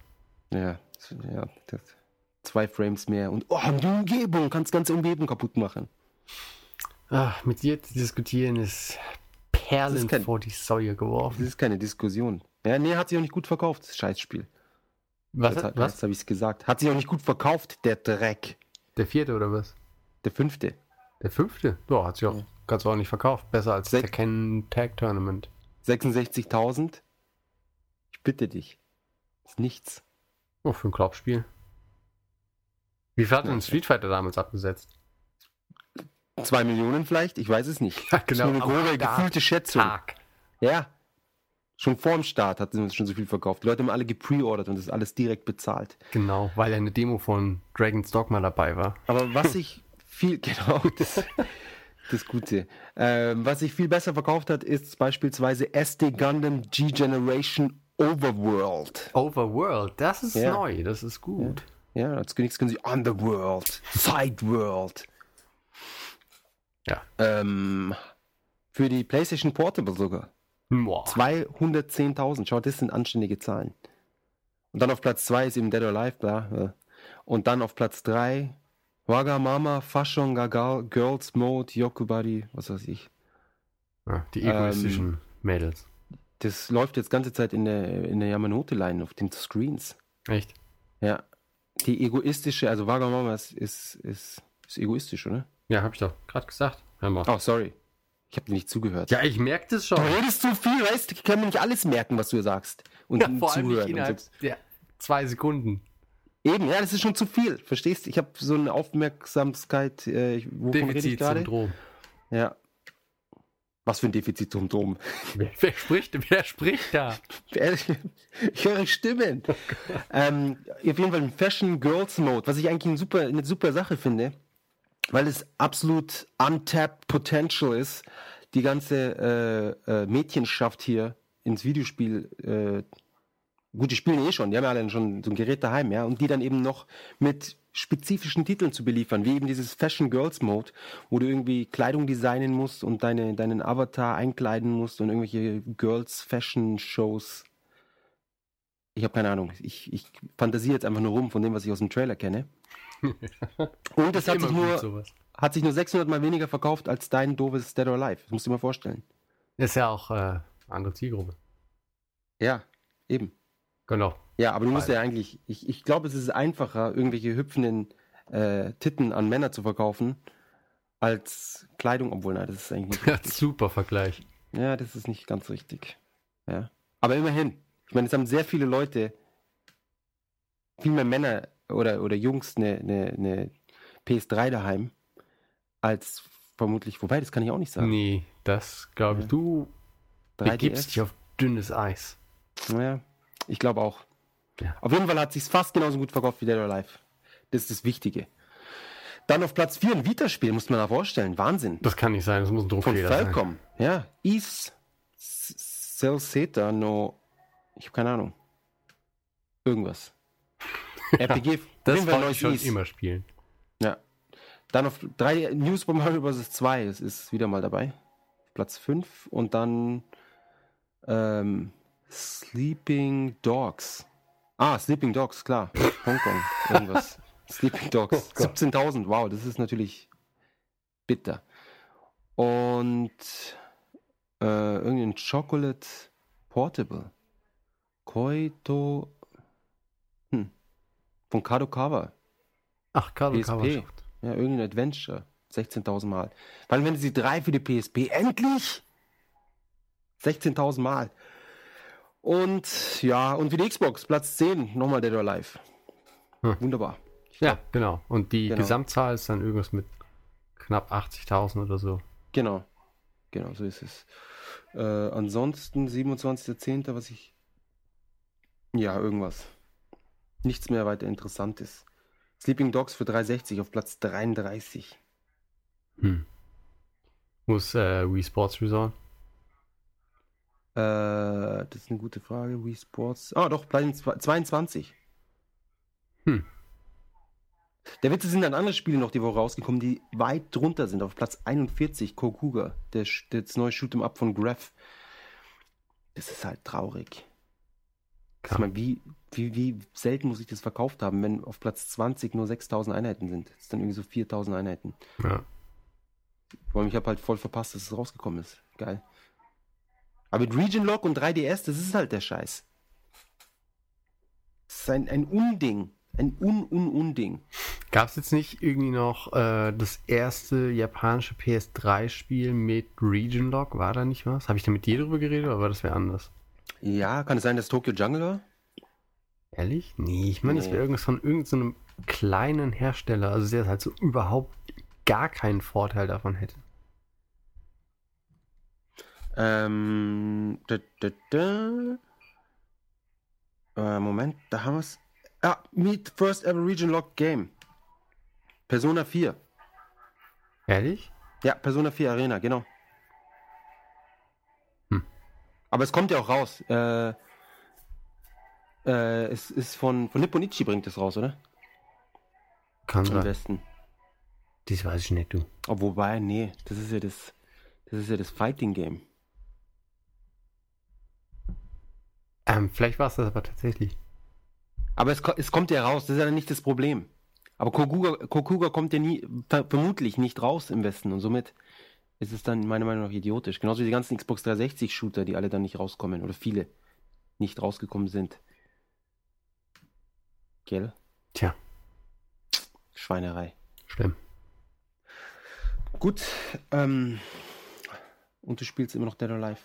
Ja, das- ja das, zwei Frames mehr und oh, die Umgebung, kannst ganze Umgebung kaputt machen.
Ach, Ah, mit dir zu diskutieren ist
Das
Perlen
ist kein-
vor die Säue
Das
geworfen.
ist keine Diskussion. Ja, nee, hat sich auch nicht gut verkauft, das Scheißspiel.
Was?
Jetzt,
was?
Jetzt habe ich es gesagt. Hat sich auch nicht gut verkauft, der Dreck.
Der vierte oder was?
Der fünfte.
Der fünfte? Ja, hat sich auch ganz ordentlich verkauft. Besser als
Sech-
der Ken Tag Tournament.
66.000. Ich bitte dich. Ist nichts.
Oh, für ein Klappspiel. Wie viel hat
Ja,
denn
okay.
Street Fighter damals abgesetzt?
Zwei Millionen vielleicht? Ich weiß es nicht.
Ja, genau,
Das ist nur eine
aber
grobe,
da-
gefühlte Schätzung.
Tag.
Ja. Schon vorm Start hatten sie uns schon so viel verkauft. Die Leute haben alle gepreordert und das alles direkt bezahlt.
Genau, weil ja eine Demo von Dragon's Dogma dabei war.
Aber was ich viel, [LAUGHS] genau, das, das Gute. Ähm, was sich viel besser verkauft hat, ist beispielsweise SD Gundam G Generation Overworld.
Overworld, das ist
Ja.
neu, das ist gut.
Ja, als nächstes können sie Underworld, Sideworld.
Ja.
Ähm, für die PlayStation Portable sogar.
Boah.
210.000. Schau, das sind anständige Zahlen. Und dann auf Platz 2 ist eben Dead or Alive, bla. äh. Und dann auf Platz 3 Wagamama, Fashion Gagal, Girls Mode, Yokubari, was weiß ich.
Ja, die egoistischen Mädels.
Das läuft jetzt ganze Zeit in der, in der Yamanote-Line auf den Screens.
Echt?
Ja. Die egoistische, also Wagamama ist, ist, ist, ist egoistisch, oder?
Ja, hab ich doch gerade gesagt. Hör mal.
Oh, sorry. Ich habe dir nicht zugehört.
Ja, ich merke das [LAUGHS] schon.
Du redest zu viel, weißt du, ich kann mir nicht alles merken, was du sagst. Und
Vor allem nicht
zuhören. und
innerhalb
so.
der zwei Sekunden.
Eben, ja, das ist schon zu viel. Verstehst du? Ich habe so eine Aufmerksamkeit. Äh, ich- wovon rede ich gerade?
Defizitsyndrom.
Ja. Was für ein Defizitsyndrom. [LAUGHS]
Wer, wer spricht, wer spricht da?
Ich höre Stimmen. ähm, auf jeden Fall im Fashion Girls Mode, was ich eigentlich ein super, eine super Sache finde, weil es absolut untapped Potential ist, die ganze äh, äh, Mädchenschaft hier ins Videospiel. Äh, gut, die spielen eh schon, die haben ja alle schon so ein Gerät daheim, ja, und die dann eben noch mit spezifischen Titeln zu beliefern, wie eben dieses Fashion Girls Mode, wo du irgendwie Kleidung designen musst und deine, deinen Avatar einkleiden musst und irgendwelche Girls Fashion Shows ich habe keine Ahnung. Ich, ich fantasiere jetzt einfach nur rum von dem, was ich aus dem Trailer kenne. Und es hat sich, nur,
sowas.
hat sich nur 600 Mal weniger verkauft als dein doofes Dead or Alive. Das musst du dir mal vorstellen.
Das ist ja auch äh, eine andere Zielgruppe.
Ja, eben.
Genau. [LAUGHS]
Ja, aber du musst
Weil-
ja eigentlich, ich, ich glaube, es ist einfacher, irgendwelche hüpfenden äh, Titten an Männer zu verkaufen, als Kleidung, obwohl, nein, das ist eigentlich nicht,
Super Vergleich.
ja, das ist nicht ganz richtig. Ja. Aber immerhin, ich meine, es haben sehr viele Leute, viel mehr Männer oder, oder Jungs eine, eine, eine PS3 daheim, als vermutlich, wobei, das kann ich auch nicht sagen.
Nee, das glaube ich.
Ja.
Du
3DS?
begibst dich auf dünnes Eis.
Ja, ich glaube auch.
Ja.
Auf jeden Fall hat sich fast genauso gut verkauft wie Dead or Alive. Das ist das Wichtige. Dann auf Platz 4 ein Vita-Spiel, muss man da vorstellen. Wahnsinn.
Das kann nicht sein, das muss ein
Von
Druckfehler sein.
Falcom. Ja, Is S- Celceta no. Ich habe keine Ahnung.
[LAUGHS]
Irgendwas. RPG.
Das
Nehmen wir ein
wollte ich
neues
schon
Is.
immer spielen.
Ja. Dann auf drei News von Mario Bros. 2. Es ist wieder mal dabei. Platz 5. Und dann ähm, Sleeping Dogs. Ah, Sleeping Dogs, klar. Hongkong. Irgendwas. Sleeping Dogs. 17.000. Wow, das ist natürlich bitter. Und äh, irgendein Chocolate Portable. Koito hm, Von Kadokawa.
Ach, Carlo
PSP. Ja, irgendein Adventure. 16.000 Mal. Final Fantasy 3 für die PSP. Endlich! 16.000 Mal. Und ja, und für die Xbox, Platz 10, nochmal Dead or Alive.
Hm.
Wunderbar.
Ja, genau. Und die
Genau.
Gesamtzahl ist dann irgendwas mit knapp 80.000 oder so.
Genau. Genau, so ist es. Äh, ansonsten 27.10., was ich. Ja, irgendwas. Nichts mehr weiter Interessantes. Sleeping Dogs für 360 auf Platz 33.
Hm. Muss äh, Wii Sports resolven?
Äh, das ist eine gute Frage. Wii Sports. Ah, doch, Platz 22.
Hm.
Der Witz ist, sind dann andere Spiele noch die Woche rausgekommen, die weit drunter sind. Auf Platz 41, Kokuga, der, Sch- das neue Shoot'em Up von Graph. Das ist halt traurig. Ich
Ja.
meine, wie, wie, wie selten muss ich das verkauft haben, wenn auf Platz 20 nur 6000 Einheiten sind? Das sind dann irgendwie so 4000 Einheiten.
Ja.
Vor allem, ich habe halt voll verpasst, dass es rausgekommen ist. Geil. Aber mit Region Lock und 3DS, das ist halt der Scheiß. Das ist ein, ein Unding. Ein Un, Un, Unding.
Gab es jetzt nicht irgendwie noch äh, das erste japanische PS3-Spiel mit Region Lock? War da nicht was? Habe ich da mit dir drüber geredet oder war das wer anders?
Ja, kann es sein, dass Tokyo Jungle war?
Ehrlich? Nee, ich meine, es
Nee.
wäre irgendwas von irgendeinem kleinen Hersteller, also der halt so überhaupt gar keinen Vorteil davon hätte.
Ähm, da, da, da. Äh, Moment, da haben wir es. Ah, Meet First Ever Region Lock Game. Persona 4.
Ehrlich?
Ja, Persona 4 Arena, genau.
Hm.
Aber es kommt ja auch raus. Äh, äh, es ist von, von Nipponichi bringt es raus, oder?
Kann
Im
sein.
Westen.
Das weiß ich nicht, du.
Oh, wobei, nee, das ist ja das, das ist ja das Fighting Game.
Ähm, vielleicht war es das aber tatsächlich.
Aber es, ko- es kommt ja raus, das ist ja nicht das Problem. Aber Kokuga, Kokuga kommt ja nie, ver vermutlich nicht raus im Westen und somit ist es dann meiner Meinung nach idiotisch. Genauso wie die ganzen Xbox 360 Shooter, die alle dann nicht rauskommen oder viele nicht rausgekommen sind. Gell?
Tja.
Schweinerei.
Schlimm.
Gut, ähm, und du spielst immer noch Dead or Alive.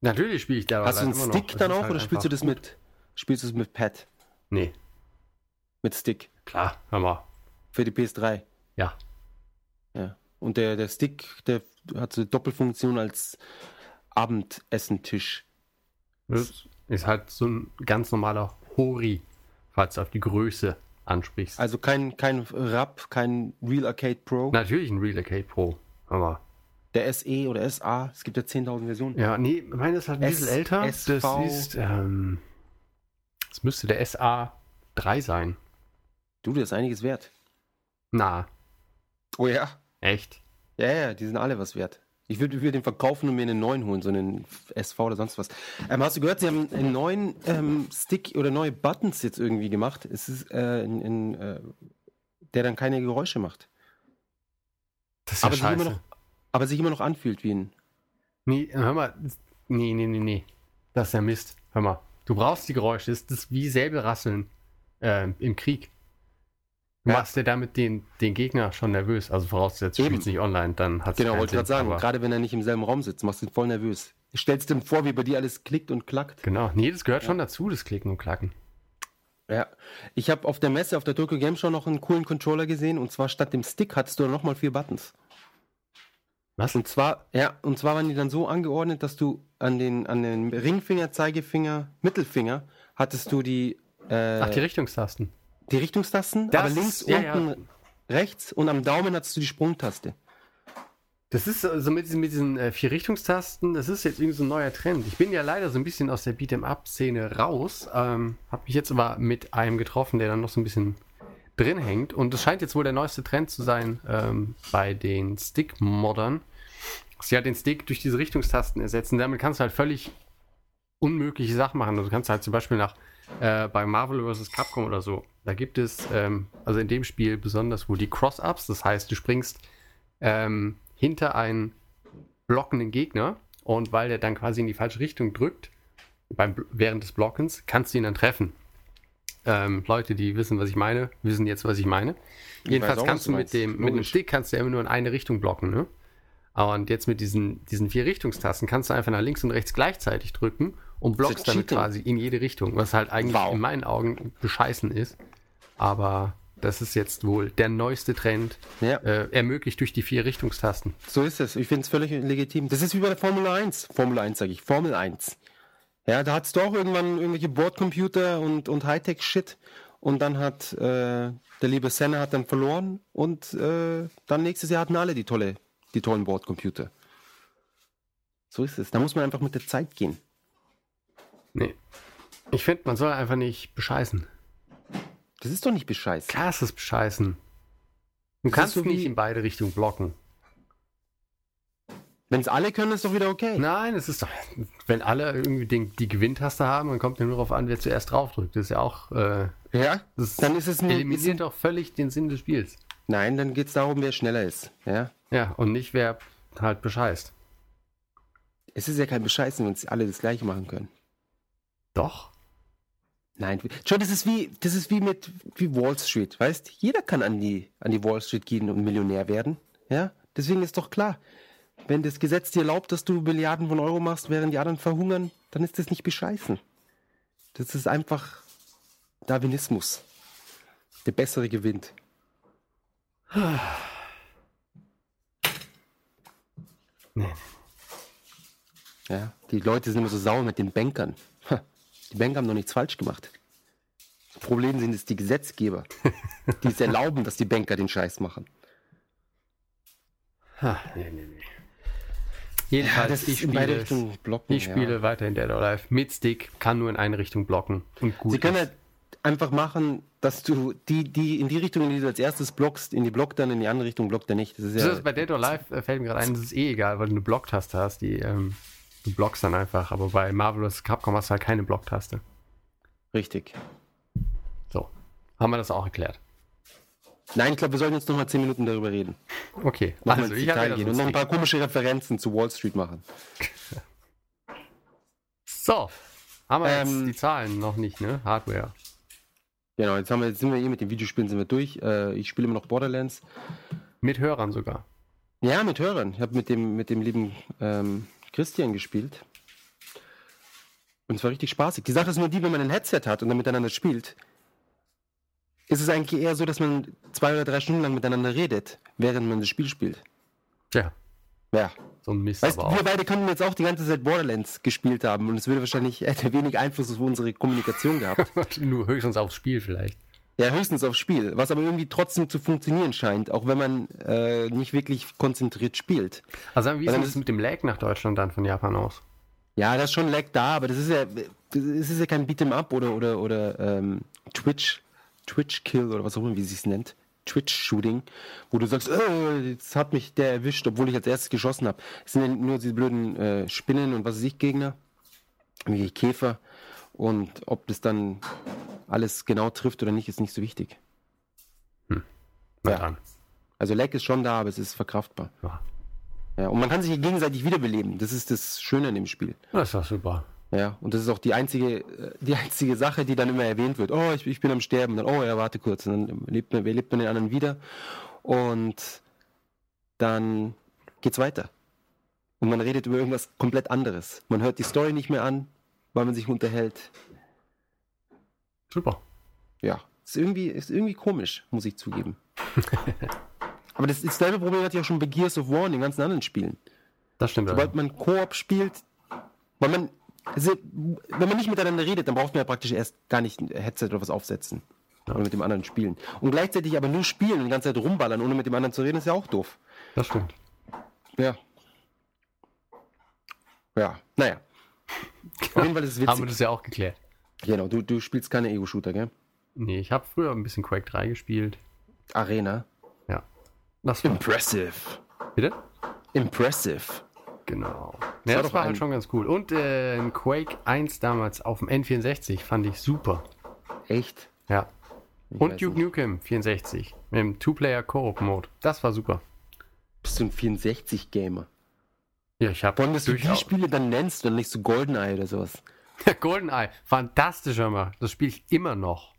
Natürlich spiele ich halt da
Hast du einen Stick dann auch oder spielst du das mit, spielst du es mit Pad?
Nee,
Mit Stick?
klar, hör mal.
Für die PS3?
Ja.
Ja. Und der, der Stick, der hat so eine Doppelfunktion als Abendessentisch.
Das ist halt so ein ganz normaler Hori, falls du auf die Größe ansprichst.
Also kein, kein Rap, kein Real Arcade Pro.
Natürlich ein Real Arcade Pro, aber.
Der SE oder SA, es gibt ja 10.000 Versionen.
Ja, nee, meine ist halt ein
S-
bisschen älter.
SV.
Das ist, ähm, das müsste der SA3 sein.
Du, das ist einiges wert.
Na,
Oh ja.
echt?
Ja, ja, die sind alle was wert. Ich würde würd den verkaufen und mir einen neuen holen, so einen SV oder sonst was. Ähm, hast du gehört, sie haben einen neuen ähm, Stick oder neue Buttons jetzt irgendwie gemacht? Es ist äh, in, in, äh, der dann keine Geräusche macht.
Das ist
Aber sich, immer noch, aber sich immer noch anfühlt wie ein.
Nee, äh, hör mal. Nee, nee, nee, nee. Das ist ja Mist. Hör mal. Du brauchst die Geräusche. Das ist wie Säbelrasseln äh, im Krieg. Du
Ja.
machst dir damit den, den Gegner schon nervös. Also vorausgesetzt, du
Eben.
spielst nicht online, dann hat
Genau, wollte ich gerade sagen. Gerade wenn er nicht im selben Raum sitzt, machst du ihn voll nervös. Stellst dir vor, wie bei dir alles klickt und klackt.
Genau. Nee, das gehört schon dazu, das Klicken und Klacken.
Ja. Ich habe auf der Messe, auf der Tokyo Game Show noch einen coolen Controller gesehen und zwar statt dem Stick hattest du nochmal vier Buttons.
Was?
Und zwar, ja, und zwar waren die dann so angeordnet, dass du an den, an den Ringfinger, Zeigefinger, Mittelfinger hattest du die, äh,
Ach, die
die,
Richtungstasten.
Richtungstasten,
Das
aber
ist-
links,
ja, ja.
unten, rechts und am Daumen hattest du die Sprungtaste.
Das ist also mit diesen, mit diesen äh, vier Richtungstasten, das ist jetzt irgendwie so ein neuer Trend. Ich bin ja leider so ein bisschen aus der Beat'em-up-Szene raus, ähm, habe mich jetzt aber mit einem getroffen, der dann noch so ein bisschen drin hängt. Und das scheint jetzt wohl der neueste Trend zu sein ähm, bei den Stick-Moddern. dass Sie halt den Stick durch diese Richtungstasten ersetzen. Damit kannst du halt völlig unmögliche Sachen machen. Also Du kannst halt zum Beispiel nach äh, bei Marvel vs. Capcom oder so, da gibt es, ähm, also in dem Spiel besonders wohl die Cross-Ups, das heißt, du springst ähm, hinter einen blockenden Gegner und weil der dann quasi in die falsche Richtung drückt, beim, während des Blockens, kannst du ihn dann treffen. ähm, Leute, die wissen, was ich meine, wissen jetzt, was ich meine.
Ich weiß
Jedenfalls
auch, was
kannst
du
du mit
meinst.
dem, mit dem
Logisch.
Stick kannst du ja immer nur in eine Richtung blocken, ne? Und jetzt mit diesen, diesen vier Richtungstasten kannst du einfach nach links und rechts gleichzeitig drücken und blockst
ist
damit
Cheating.
quasi in jede Richtung, was halt eigentlich
Wow.
in meinen Augen bescheißen ist. Aber das ist jetzt wohl der neueste Trend,
Ja.
äh, ermöglicht durch die vier Richtungstasten.
So ist es. Ich finde es völlig legitim. Das ist wie bei der Formel 1. Formel 1 sage ich. Formel 1. Ja, da hattest du auch irgendwann irgendwelche Bordcomputer und, und Hightech-Shit. Und dann hat äh, der liebe Senna hat dann verloren. Und äh, dann nächstes Jahr hatten alle die, tolle, die tollen Bordcomputer. So ist es. Da muss man einfach mit der Zeit gehen.
Nee. Ich finde, man soll einfach nicht bescheißen.
Das ist doch nicht bescheiß.
Klar ist es bescheißen. Du
ist
kannst
so
nicht
wie-
in beide Richtungen blocken.
Wenn es alle können, ist doch wieder okay.
Nein, es ist doch, wenn alle irgendwie den, die Gewinntaste haben, dann kommt ja nur darauf an, wer zuerst draufdrückt. Das ist ja auch, äh,
Ja?
das
Dann Hm, ist es ein-
eliminiert doch völlig den Sinn des Spiels.
Nein, dann geht es darum, wer schneller ist. Ja?
Ja, und nicht wer halt bescheißt.
Es ist ja kein Bescheißen, wenn es alle das gleiche machen können.
Doch.
Nein, schon das ist wie das ist wie mit wie Wall Street, weißt? Jeder kann an die an die Wall Street gehen und Millionär werden, ja? Deswegen ist doch klar, wenn das Gesetz dir erlaubt, dass du Milliarden von Euro machst, während die anderen verhungern, dann ist das nicht bescheißen. Das ist einfach Darwinismus. Der bessere gewinnt.
Nee.
Ja, die Leute sind immer so sauer mit den Bankern. Ha, Die Banker haben noch nichts falsch gemacht. Das Problem sind es die Gesetzgeber, [LAUGHS] die es erlauben, dass die Banker den Scheiß machen.
Ha, Ah, nee, nee, nee. Jedenfalls, ich
in beide
spiele, es-
Richtungen blocken.
ich spiele weiterhin Dead or Alive mit Stick, kann nur in eine Richtung blocken. Und gut.
Sie können
ist.
halt einfach machen, dass du die, die in die Richtung, in die du als erstes blockst, in die blockt dann, in die andere Richtung blockt er nicht. Das ist
Das
ja,
ist bei Dead or Alive äh, fällt mir gerade ein, das ist eh egal, weil du eine Blocktaste hast, die ähm, du blockst dann einfach. Aber bei Marvelous Capcom hast du halt keine Blocktaste.
richtig.
So, haben wir das auch erklärt.
Nein, ich glaube, wir sollten jetzt noch mal zehn Minuten darüber reden.
Okay,
Noch
also
mal ins
ich habe
Detail
ja
gehen
so
und noch ein
ein
paar komische Referenzen zu Wall Street machen.
So, haben wir
Ähm,
jetzt die Zahlen noch nicht, ne? Hardware.
Genau, jetzt, haben wir, jetzt sind wir eh mit den Videospielen sind wir durch. Äh, ich spiele immer noch Borderlands.
Mit Hörern sogar.
Ja, mit Hörern. Ich habe mit dem, mit dem lieben ähm, Christian gespielt. Und es war richtig spaßig. Die Sache ist nur die, wenn man ein Headset hat und dann miteinander spielt, ist es eigentlich eher so, dass man zwei oder drei Stunden lang miteinander redet, während man das Spiel spielt.
Ja,
Ja.
so ein Mist
Weißt du,
aber auch.
wir beide könnten jetzt auch die ganze Zeit Borderlands gespielt haben und es würde wahrscheinlich [LAUGHS] hätte wenig Einfluss auf unsere Kommunikation
[LAUGHS]
gehabt.
nur höchstens aufs Spiel vielleicht.
Ja, höchstens aufs Spiel, was aber irgendwie trotzdem zu funktionieren scheint, auch wenn man äh, nicht wirklich konzentriert spielt.
Also sagen wir, wie
Also
ist denn
das-
das mit dem Lag nach Deutschland dann von Japan aus?
Ja, das ist schon Lag da, aber das ist ja, das ist ja kein Beat'em Up oder, oder, oder ähm, Twitch, Twitch Kill oder was auch immer, wie sie es nennt. Twitch Shooting, wo du sagst, äh, jetzt hat mich der erwischt, obwohl ich als erstes geschossen habe. Es sind ja nur diese blöden äh, Spinnen und was weiß ich Gegner, wie Käfer. Und ob das dann alles genau trifft oder nicht, ist nicht so wichtig.
Na
Ja.
dann.
Also Lag ist schon da, aber es ist verkraftbar.
Ja.
Ja, und man kann sich ja gegenseitig wiederbeleben. Das ist das Schöne an dem Spiel.
Das ist doch super.
Ja, und das ist auch die einzige, äh, die einzige Sache, die dann immer erwähnt wird. Oh, ich, ich bin am Sterben. Dann, oh ja, warte kurz. Und dann lebt man, lebt man den anderen wieder. Und dann geht's weiter. Und man redet über irgendwas komplett anderes. Man hört die Story nicht mehr an, weil man sich unterhält.
Super.
Ja, ist irgendwie, ist irgendwie komisch, muss ich zugeben. Aber das, das selbe Problem hatte ich auch schon bei Gears of War und den ganzen anderen Spielen.
Das stimmt. ja.
Sobald man Koop spielt, weil man, also, wenn man nicht miteinander redet, dann braucht man ja praktisch erst gar nicht ein Headset oder was aufsetzen. Oder mit dem anderen spielen. Und gleichzeitig aber nur spielen und die ganze Zeit rumballern, ohne mit dem anderen zu reden, ist ja auch doof.
Das stimmt.
Ja. Ja,
[LAUGHS]
naja. Auf jeden Fall ist es
Haben wir
witzig.
das ja auch geklärt.
Genau, du, du spielst keine Ego-Shooter, gell?
Nee, ich habe früher ein bisschen Quake 3 gespielt.
Arena.
Ja. Das war,
Impressive.
bitte?
Impressive.
Genau. Ja,
war
das
doch
war
ein-
halt schon ganz cool. Und äh, ein Quake 1 damals auf dem N64 fand ich super.
Echt?
Ja. Und
weiß
Duke Nukem 64 mit dem Two-Player-Koop-Mode. Das war super.
Bist du ein 64-Gamer?
Ja, ich habe
Wollen wir die Spiele dann nennst und nicht so Goldeneye oder sowas?
GoldenEye, fantastischer Mann. Das spiele ich immer noch.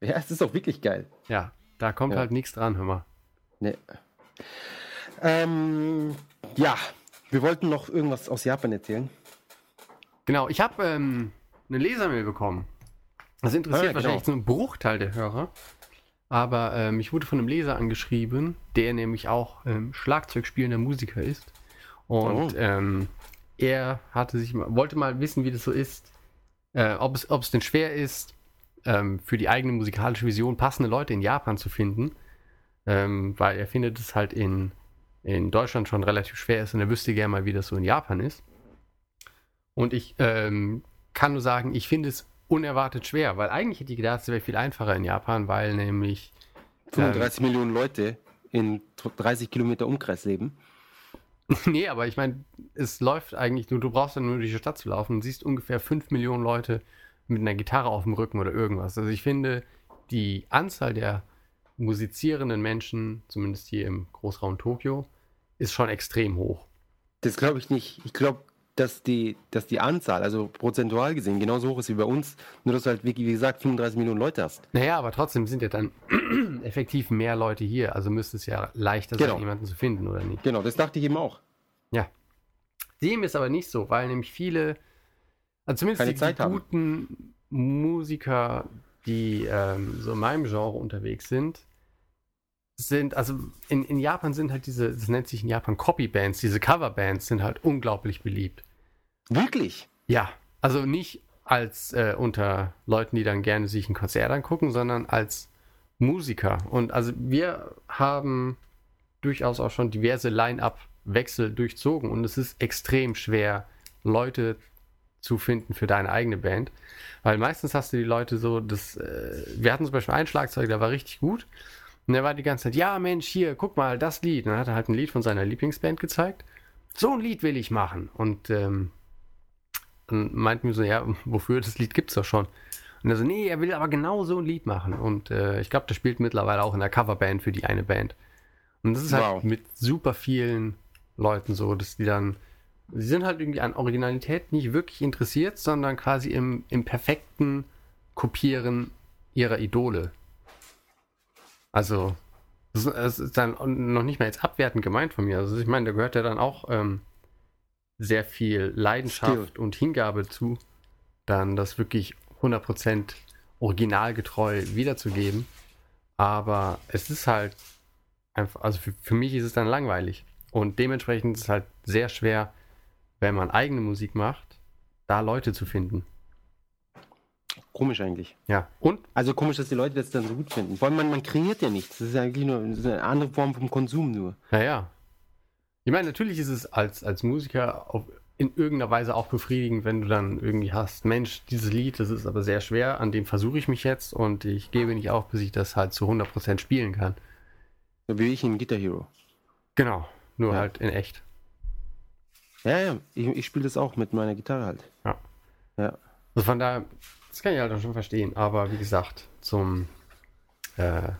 Ja, es ist auch wirklich geil.
Ja, da kommt
Ja.
halt nichts dran, hör mal.
Nee. Ähm, ja, wir wollten noch irgendwas aus Japan erzählen.
Genau, ich habe ähm, eine Lesermail bekommen. Das interessiert
Ah, ja,
wahrscheinlich
genau.
nur einen Bruchteil der Hörer. Aber äh, mich wurde von einem Leser angeschrieben, der nämlich auch ähm, Schlagzeug spielender Musiker ist. Und
Oh.
ähm, er hatte sich, mal- wollte mal wissen, wie das so ist, äh, ob, es, ob es denn schwer ist, ähm, für die eigene musikalische Vision passende Leute in Japan zu finden. Ähm, weil er findet es halt in, in Deutschland schon relativ schwer ist und er wüsste gerne mal, wie das so in Japan ist. Und ich ähm, kann nur sagen, ich finde es unerwartet schwer, weil eigentlich hätte ich gedacht, es wäre viel einfacher in Japan, weil nämlich [LAUGHS]
35 Millionen Leute in tr- 30 Kilometer Umkreis leben.
Nee, aber ich meine, es läuft eigentlich nur, du brauchst dann nur durch die Stadt zu laufen und siehst ungefähr 5 Millionen Leute mit einer Gitarre auf dem Rücken oder irgendwas. Also ich finde, die Anzahl der musizierenden Menschen, zumindest hier im Großraum Tokio, ist schon extrem hoch.
Das glaube ich nicht. Ich glaube, dass die, dass die Anzahl, also prozentual gesehen, genauso hoch ist wie bei uns. Nur, dass du halt, wie wie gesagt, 35 Millionen Leute hast.
Naja, aber trotzdem sind ja dann [CLEARS THROAT] effektiv mehr Leute hier, also müsste es ja leichter sein,
Genau.
jemanden zu finden, oder nicht?
Genau, das dachte ich eben auch.
Dem ist aber nicht so, weil nämlich viele, also zumindest
Keine
die,
Zeit
die
haben.
guten Musiker, die ähm, so in meinem Genre unterwegs sind, sind, also in, in Japan sind halt diese, das nennt sich in Japan Copybands, diese Coverbands sind halt unglaublich beliebt.
Wirklich?
Ja, also nicht als äh, unter Leuten, die dann gerne sich ein Konzert angucken, sondern als Musiker. Und also wir haben durchaus auch schon diverse Line-Up-Wechsel durchzogen und es ist extrem schwer, Leute zu finden für deine eigene Band. Weil meistens hast du die Leute so, das, äh, wir hatten zum Beispiel einen Schlagzeuger, der war richtig gut. Und der war die ganze Zeit, ja Mensch, hier, guck mal, das Lied. Und dann hat er halt ein Lied von seiner Lieblingsband gezeigt. So ein Lied will ich machen. Und ähm, dann meinten wir so, ja, wofür das Lied gibt's doch schon. Und er so, nee, er will aber genau so ein Lied machen. Und äh, ich glaube, der spielt mittlerweile auch in der Coverband für die eine Band. Und das ist halt
Wow.
mit super vielen Leuten so, dass die dann, sie sind halt irgendwie an Originalität nicht wirklich interessiert, sondern quasi im, im perfekten Kopieren ihrer Idole. Also, das ist- das ist dann noch nicht mal jetzt abwertend gemeint von mir. Also, ich meine, da gehört ja dann auch ähm, sehr viel Leidenschaft und Hingabe zu, dann das wirklich 100% originalgetreu wiederzugeben. Aber es ist halt einfach, also für, für mich ist es dann langweilig. Und dementsprechend ist es halt sehr schwer, wenn man eigene Musik macht, da Leute zu finden.
Komisch eigentlich.
Ja. Und
Also komisch, dass die Leute das dann so gut finden. Vor allem, man, man kreiert ja nichts. Das ist ja eigentlich nur das ist eine andere Form vom Konsum nur.
Naja. Ich meine, natürlich ist es als, als Musiker auf, in irgendeiner Weise auch befriedigend, wenn du dann irgendwie hast, Mensch, dieses Lied, das ist aber sehr schwer, an dem versuche ich mich jetzt und ich gebe nicht auf, bis ich das halt zu 100% spielen kann.
So wie ich in Guitar Hero.
Genau. Nur
Ja.
halt in echt.
Ja, ja, ich, ich spiele das auch mit meiner Gitarre halt.
Ja.
Ja.
Also von daher, das kann ich halt auch schon verstehen, aber wie gesagt, zum äh,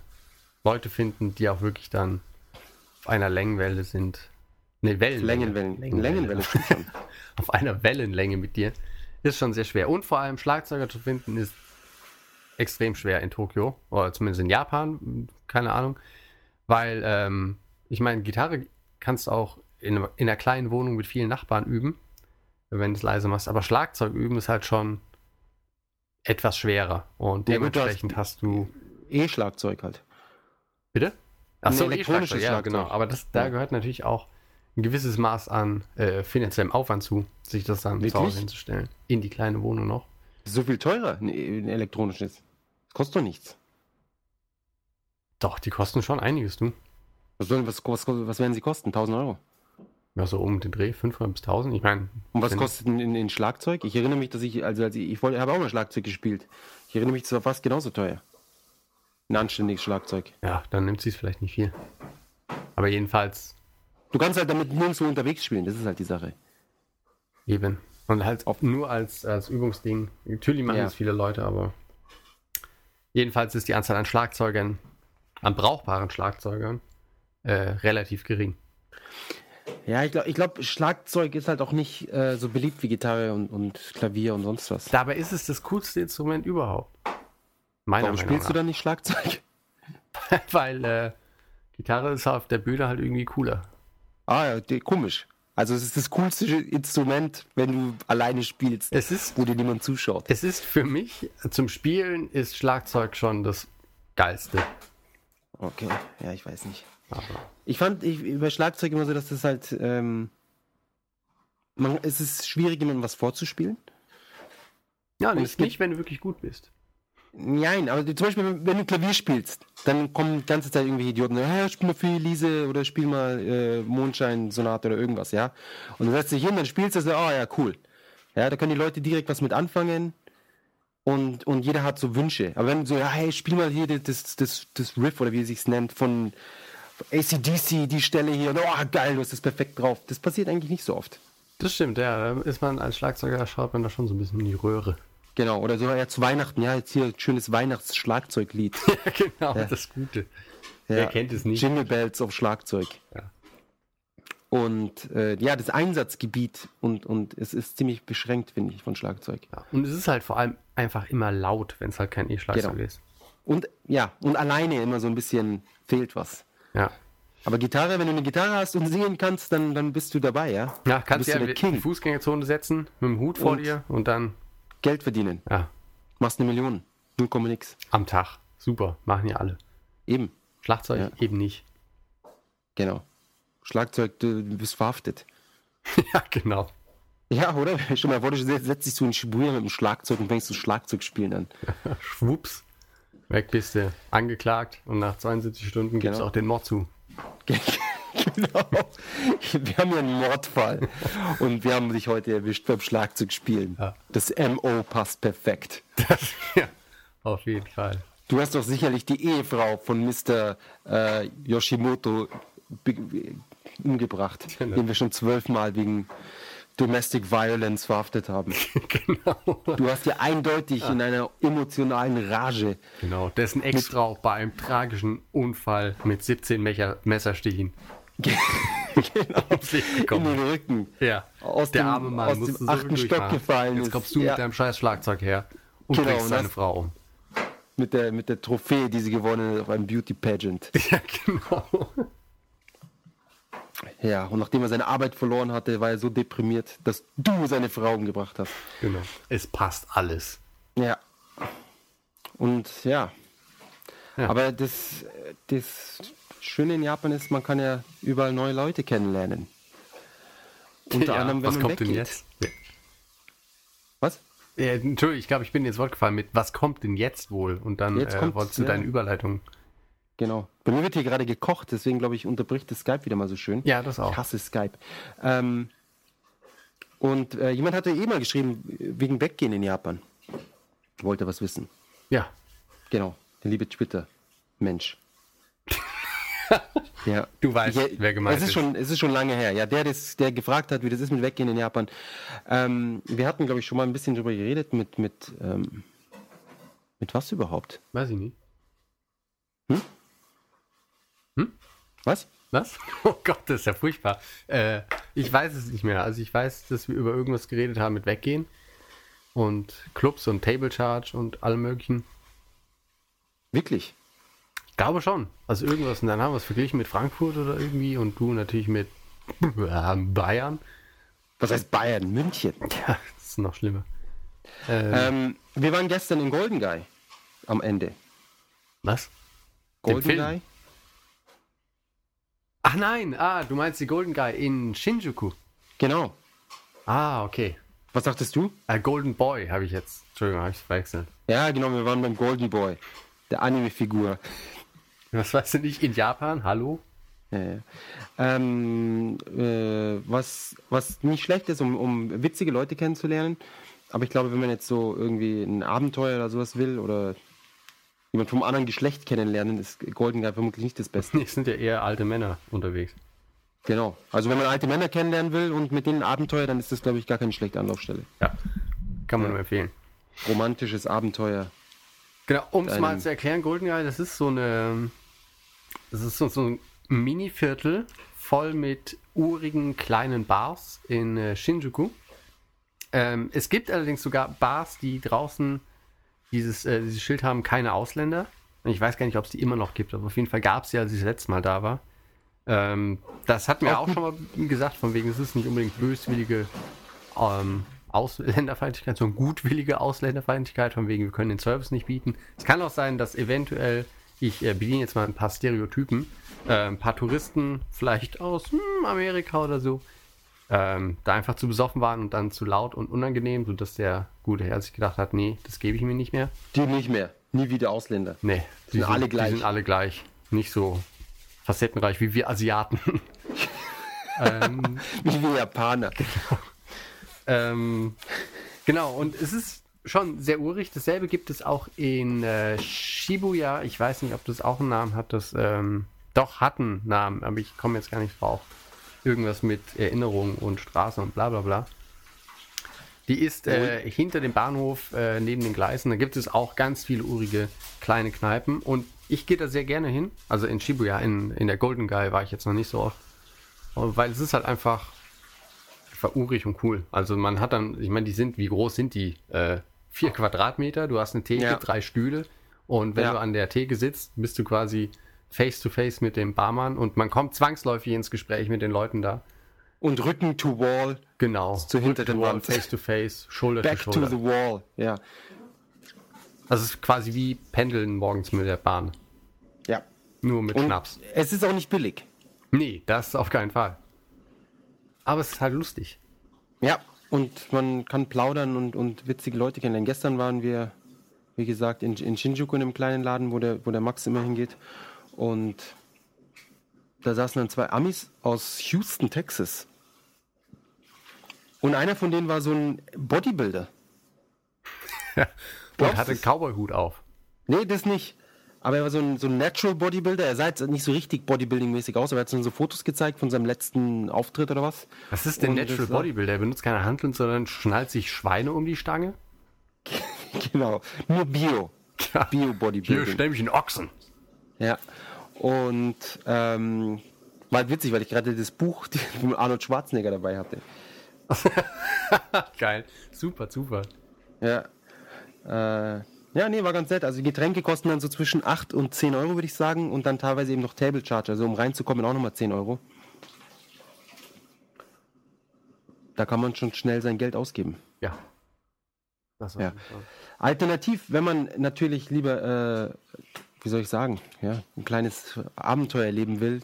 Leute finden, die auch wirklich dann auf einer Längenwelle sind. Ne, Wellenlänge.
Längenwellen. Längenwellen stimmt schon.
[LAUGHS] auf einer Wellenlänge mit dir, ist schon sehr schwer. Und vor allem Schlagzeuger zu finden ist extrem schwer in Tokio oder zumindest in Japan, keine Ahnung, weil ähm, ich meine, Gitarre kannst du auch in, in einer kleinen Wohnung mit vielen Nachbarn üben, wenn du es leise machst, aber Schlagzeug üben ist halt schon etwas schwerer und
Ja, gut, du hast-
dementsprechend hast du
[LAUGHS] E-Schlagzeug halt.
Bitte? Ach
Ein
so,
elektronisches
elektronisches Ja,
Schlagzeug.
genau. Aber das, da
Ja.
gehört natürlich auch ein gewisses Maß an äh, finanziellem Aufwand zu, sich das dann zu
Wirklich?
Hause hinzustellen. In die kleine Wohnung noch.
So viel teurer, ein, e-, ein elektronisches. Das kostet doch nichts.
Doch, die kosten schon einiges, du.
Was, sollen, was, was, was werden sie kosten? 1000 Euro.
Ja, so um den Dreh, 500 bis 1000. Ich meine,
Und was
Wenn-
kostet ein, ein, ein Schlagzeug? Ich erinnere mich, dass ich, also als ich, ich wollte, habe auch mal Schlagzeug gespielt. Ich erinnere mich, das war fast genauso teuer. Ein anständiges Schlagzeug.
ja, dann nimmt sie es vielleicht nicht viel. Aber jedenfalls
Du kannst halt damit nirgendwo unterwegs spielen, das ist halt die Sache.
eben. Und halt auch nur als, als Übungsding. Natürlich machen
Ja.
das viele Leute, aber jedenfalls ist die Anzahl an Schlagzeugern, an brauchbaren Schlagzeugern, äh, relativ gering.
Ja, ich glaube, ich glaub, Schlagzeug ist halt auch nicht äh, so beliebt wie Gitarre und, und Klavier und sonst was.
Dabei ist es das coolste Instrument überhaupt. Meiner
Warum
Meinung
spielst du
nach.
dann nicht Schlagzeug?
[LAUGHS] Weil äh, Gitarre ist auf der Bühne halt irgendwie cooler.
Ah ja, die, komisch. Also es ist das coolste Instrument, wenn du alleine spielst,
Es ist
wo dir niemand zuschaut.
Es ist für mich, zum Spielen ist Schlagzeug schon das Geilste.
Okay, ja, ich weiß nicht.
Aber
Ich fand ich, über Schlagzeug immer so, dass das halt, ähm, man, es ist schwierig, jemandem was vorzuspielen.
ja,
Und
und
es
ist
gibt-
nicht, wenn du wirklich gut bist.
Nein, aber du- zum Beispiel, wenn- wenn du Klavier spielst, dann kommen die ganze Zeit irgendwie Idioten, ja, spiel mal für Elise oder spiel mal äh, Mondschein-Sonate oder irgendwas, ja. Und du setzt dich hin, dann spielst du so, oh ja, cool. Ja, da können die Leute direkt was mit anfangen und, und jeder hat so Wünsche. Aber wenn du so, ja, hey, spiel mal hier das, das, das Riff oder wie es sich nennt von ACDC, die Stelle hier, und, oh geil, du hast das perfekt drauf. Das passiert eigentlich nicht so oft.
Das stimmt, ja. Da ist man als Schlagzeuger, schaut man da schon so ein bisschen in die Röhre. [LAUGHS]
Genau, oder so, ja, zu Weihnachten, ja, jetzt hier ein schönes Weihnachtsschlagzeuglied.
Ja, genau, das Gute. Wer kennt es nicht?
Jingle Bells auf Schlagzeug.
Ja.
Und äh, ja, das Einsatzgebiet und, und es ist ziemlich beschränkt, finde ich, von Schlagzeug.
Ja. Und es ist halt vor allem einfach immer laut, wenn es halt kein E-Schlagzeug
Genau.
ist.
Und ja, und alleine immer so ein bisschen fehlt was.
Ja.
Aber Gitarre, wenn du eine Gitarre hast und singen kannst, dann, dann bist du dabei, ja?
Ja,
Dann
kannst
bist
du ja
du der
in die
King.
Fußgängerzone setzen, mit dem Hut vor
Und-
dir und dann,
Geld verdienen.
ja,
Machst eine Million. Nun kommt nix.
am Tag. Super, machen ja alle.
Eben,
Schlagzeug
Ja.
eben nicht. [LAUGHS]
genau. Schlagzeug, du, du bist verhaftet.
Ja, genau.
Ja, oder? [LAUGHS] Schon mal, vor, du setzt dich so in Shibuya mit dem Schlagzeug und fängst zu Schlagzeugspielen an.
Schwups. Weg bist du. Angeklagt und nach 72 Stunden gibt es
Genau.
auch den Mord zu. [LAUGHS]
[LAUGHS] genau. Wir haben hier einen Mordfall. Und wir haben dich heute erwischt beim Schlagzeugspielen.
Ja.
Das MO passt perfekt.
ja, auf jeden Fall.
Du hast doch sicherlich die Ehefrau von Mr. Äh, Yoshimoto be- umgebracht,
Genau.
den wir schon zwölfmal wegen Domestic Violence verhaftet haben.
[LAUGHS] genau.
Du hast dir eindeutig in einer emotionalen Rage
Genau, dessen Ex-Frau bei einem tragischen Unfall mit 17 Mecher Messerstichen [LAUGHS]
genau,
ums Leben
in den
gekommen.
Rücken.
Ja,
Aus
der
dem-
arme Mann
aus
musste
dem
so
achten
wirklich
Stock
machen.
gefallen
Jetzt
ist.
kommst du
Ja.
mit deinem scheiß Schlagzeug her und
Genau,
bringst
und
deine
das-
Frau um. [LAUGHS]
Mit der, mit der Trophäe, die sie gewonnen hat auf einem Beauty Pageant.
Ja,
[LAUGHS]
genau.
Ja, und nachdem er seine Arbeit verloren hatte, war er so deprimiert, dass du seine Frau umgebracht hast.
genau. Es passt alles.
Ja. Und ja.
Ja.
Aber das, das Schöne in Japan ist, man kann ja überall neue Leute kennenlernen. Unter
Ja,
anderem, wenn
was
man
kommt
weggeht.
denn jetzt? Ja.
Was?
Äh, Entschuldigung, ich glaube, ich bin ins Wort gefallen mit Was kommt denn jetzt wohl? Und dann
Jetzt
äh,
kommt-
wolltest du
ja.
deine Überleitung.
Genau. Bei mir wird hier gerade gekocht, deswegen glaube ich, unterbricht das Skype wieder mal so schön.
Ja, das auch.
Ich hasse Skype. Ähm, und äh, jemand hatte eh mal geschrieben, wegen Weggehen in Japan. Wollte was wissen.
Ja,
Genau, der liebe
[LAUGHS]
Twitter-Mensch. ja.
Du weißt,
Ich-
wer gemeint
es
ist.
ist. Schon, es ist schon lange her. Ja, der, das, der gefragt hat, wie das ist mit Weggehen in Japan. Ähm, wir hatten, glaube ich, schon mal ein bisschen drüber geredet mit, mit, ähm, mit was überhaupt?
weiß ich nicht.
Was?
Was? [LAUGHS] Oh Gott, das ist ja furchtbar. Äh, ich weiß es nicht mehr. Also ich weiß, dass wir über irgendwas geredet haben mit Weggehen und Clubs und Table Charge und allem möglichen.
Wirklich?
Ich glaube schon. Also irgendwas. Und dann haben wir es verglichen mit Frankfurt oder irgendwie und du natürlich mit äh, Bayern.
Was heißt Bayern? München?
Ja, das ist noch schlimmer.
Ähm, wir waren gestern in Golden Guy am Ende.
Was? Dem
Golden
Film?
Guy?
Ach nein, ah, du meinst die Golden Guy in Shinjuku.
Genau.
Ah, okay.
Was sagtest du?
Äh, Golden Boy habe ich jetzt. Entschuldigung, habe ich verwechselt.
Ja, genau, wir waren beim Golden Boy, der Anime-Figur.
Was weißt du nicht? In Japan? Hallo?
Ja, ja. Ähm, äh, was, was nicht schlecht ist, um, um witzige Leute kennenzulernen. Aber ich glaube, wenn man jetzt so irgendwie ein Abenteuer oder sowas will oder jemand vom anderen Geschlecht kennenlernen, ist Golden Guy vermutlich nicht das Beste.
[LAUGHS] Nee, es sind ja eher alte Männer unterwegs.
Genau. Also wenn man alte Männer kennenlernen will und mit denen ein Abenteuer, dann ist das, glaube ich, gar keine schlechte Anlaufstelle.
Ja, kann man nur empfehlen.
Romantisches Abenteuer.
Genau, um es
Deinem-
mal zu erklären, Goldeneye, das ist so eine, das ist so, so ein Mini-Viertel voll mit urigen kleinen Bars in äh, Shinjuku. Ähm, es gibt allerdings sogar Bars, die draußen dieses, äh, dieses Schild haben keine Ausländer. Und ich weiß gar nicht, ob es die immer noch gibt, aber auf jeden Fall gab es sie, als ich das letzte Mal da war. Ähm, das hat mir auch schon mal gesagt, von wegen, es ist nicht unbedingt böswillige ähm, Ausländerfeindlichkeit, sondern gutwillige Ausländerfeindlichkeit, von wegen, wir können den Service nicht bieten. Es kann auch sein, dass eventuell, ich äh, bediene jetzt mal ein paar Stereotypen, äh, ein paar Touristen, vielleicht aus hm, Amerika oder so, ähm, da einfach zu besoffen waren und dann zu laut und unangenehm, sodass der gute Herr sich gedacht hat, nee, das gebe ich mir nicht mehr.
Die nicht mehr. Nie wieder Ausländer. [LAUGHS]
Nee,
Sind alle gleich.
Die sind alle gleich. Nicht so facettenreich wie wir Asiaten. ähm,
Wie wir Japaner.
ähm, genau, und es ist schon sehr urig. Dasselbe gibt es auch in äh, Shibuya. Ich weiß nicht, ob das auch einen Namen hat. Das ähm, doch hat einen Namen, aber ich komme jetzt gar nicht drauf. Irgendwas mit Erinnerung und Straße und bla bla bla. Die ist äh, hinter dem Bahnhof, äh, neben den Gleisen. Da gibt es auch ganz viele urige kleine Kneipen. Und ich gehe da sehr gerne hin. Also in Shibuya, in, in der Golden Guy war ich jetzt noch nicht so oft. Aber Weil es ist halt einfach, einfach urig und cool. Also man hat dann, ich meine, die sind, wie groß sind die? Äh, vier Quadratmeter, du hast eine Theke,
Ja.
drei Stühle. Und wenn
Ja.
du an der Theke sitzt, bist du quasi face to face mit dem Barmann. Und man kommt zwangsläufig ins Gespräch mit den Leuten da.
Und Rücken to Wall,
Genau.
zu hinter der Wand.
Face to face, Schulter
back to
to Schulter.
the wall. Ja.
Also es ist quasi wie Pendeln morgens mit der Bahn.
Ja.
Nur mit
Und
Schnaps.
es ist auch nicht billig.
Nee, das auf keinen Fall. Aber es ist halt lustig.
Ja. Und man kann plaudern und, und witzige Leute kennenlernen. Gestern waren wir, wie gesagt, in, in Shinjuku in einem kleinen Laden, wo der, wo der Max immer hingeht. Und da saßen dann zwei Amis aus Houston, Texas. Und einer von denen war so ein Bodybuilder.
Und
Glaubst
hat einen
du's?
Cowboy-Hut auf.
Nee, das nicht. Aber er war so ein, so ein Natural Bodybuilder. Er sah jetzt nicht so richtig Bodybuilding-mäßig aus, aber er hat so so Fotos gezeigt von seinem letzten Auftritt oder was.
Was ist denn
Und
Natural
das-
Bodybuilder? Er benutzt keine Hanteln, sondern schnallt sich Schweine um die Stange?
[LAUGHS] Genau. Nur Bio.
Ja. Hier
Bio-Bodybuilding.
stell mich einen Ochsen.
Ja. Und ähm, war halt witzig, weil ich gerade das Buch [LAUGHS] von Arnold Schwarzenegger dabei hatte.
Geil. Super, super.
Ja. Äh, ja, nee, war ganz nett. Also die Getränke kosten dann so zwischen 8 und 10 Euro, würde ich sagen. Und dann teilweise eben noch Table Charge. Also um reinzukommen, auch nochmal 10 Euro. Da kann man schon schnell sein Geld ausgeben.
Ja. Das
Ja. Alternativ, wenn man natürlich lieber, äh, wie soll ich sagen, ja, ein kleines Abenteuer erleben will,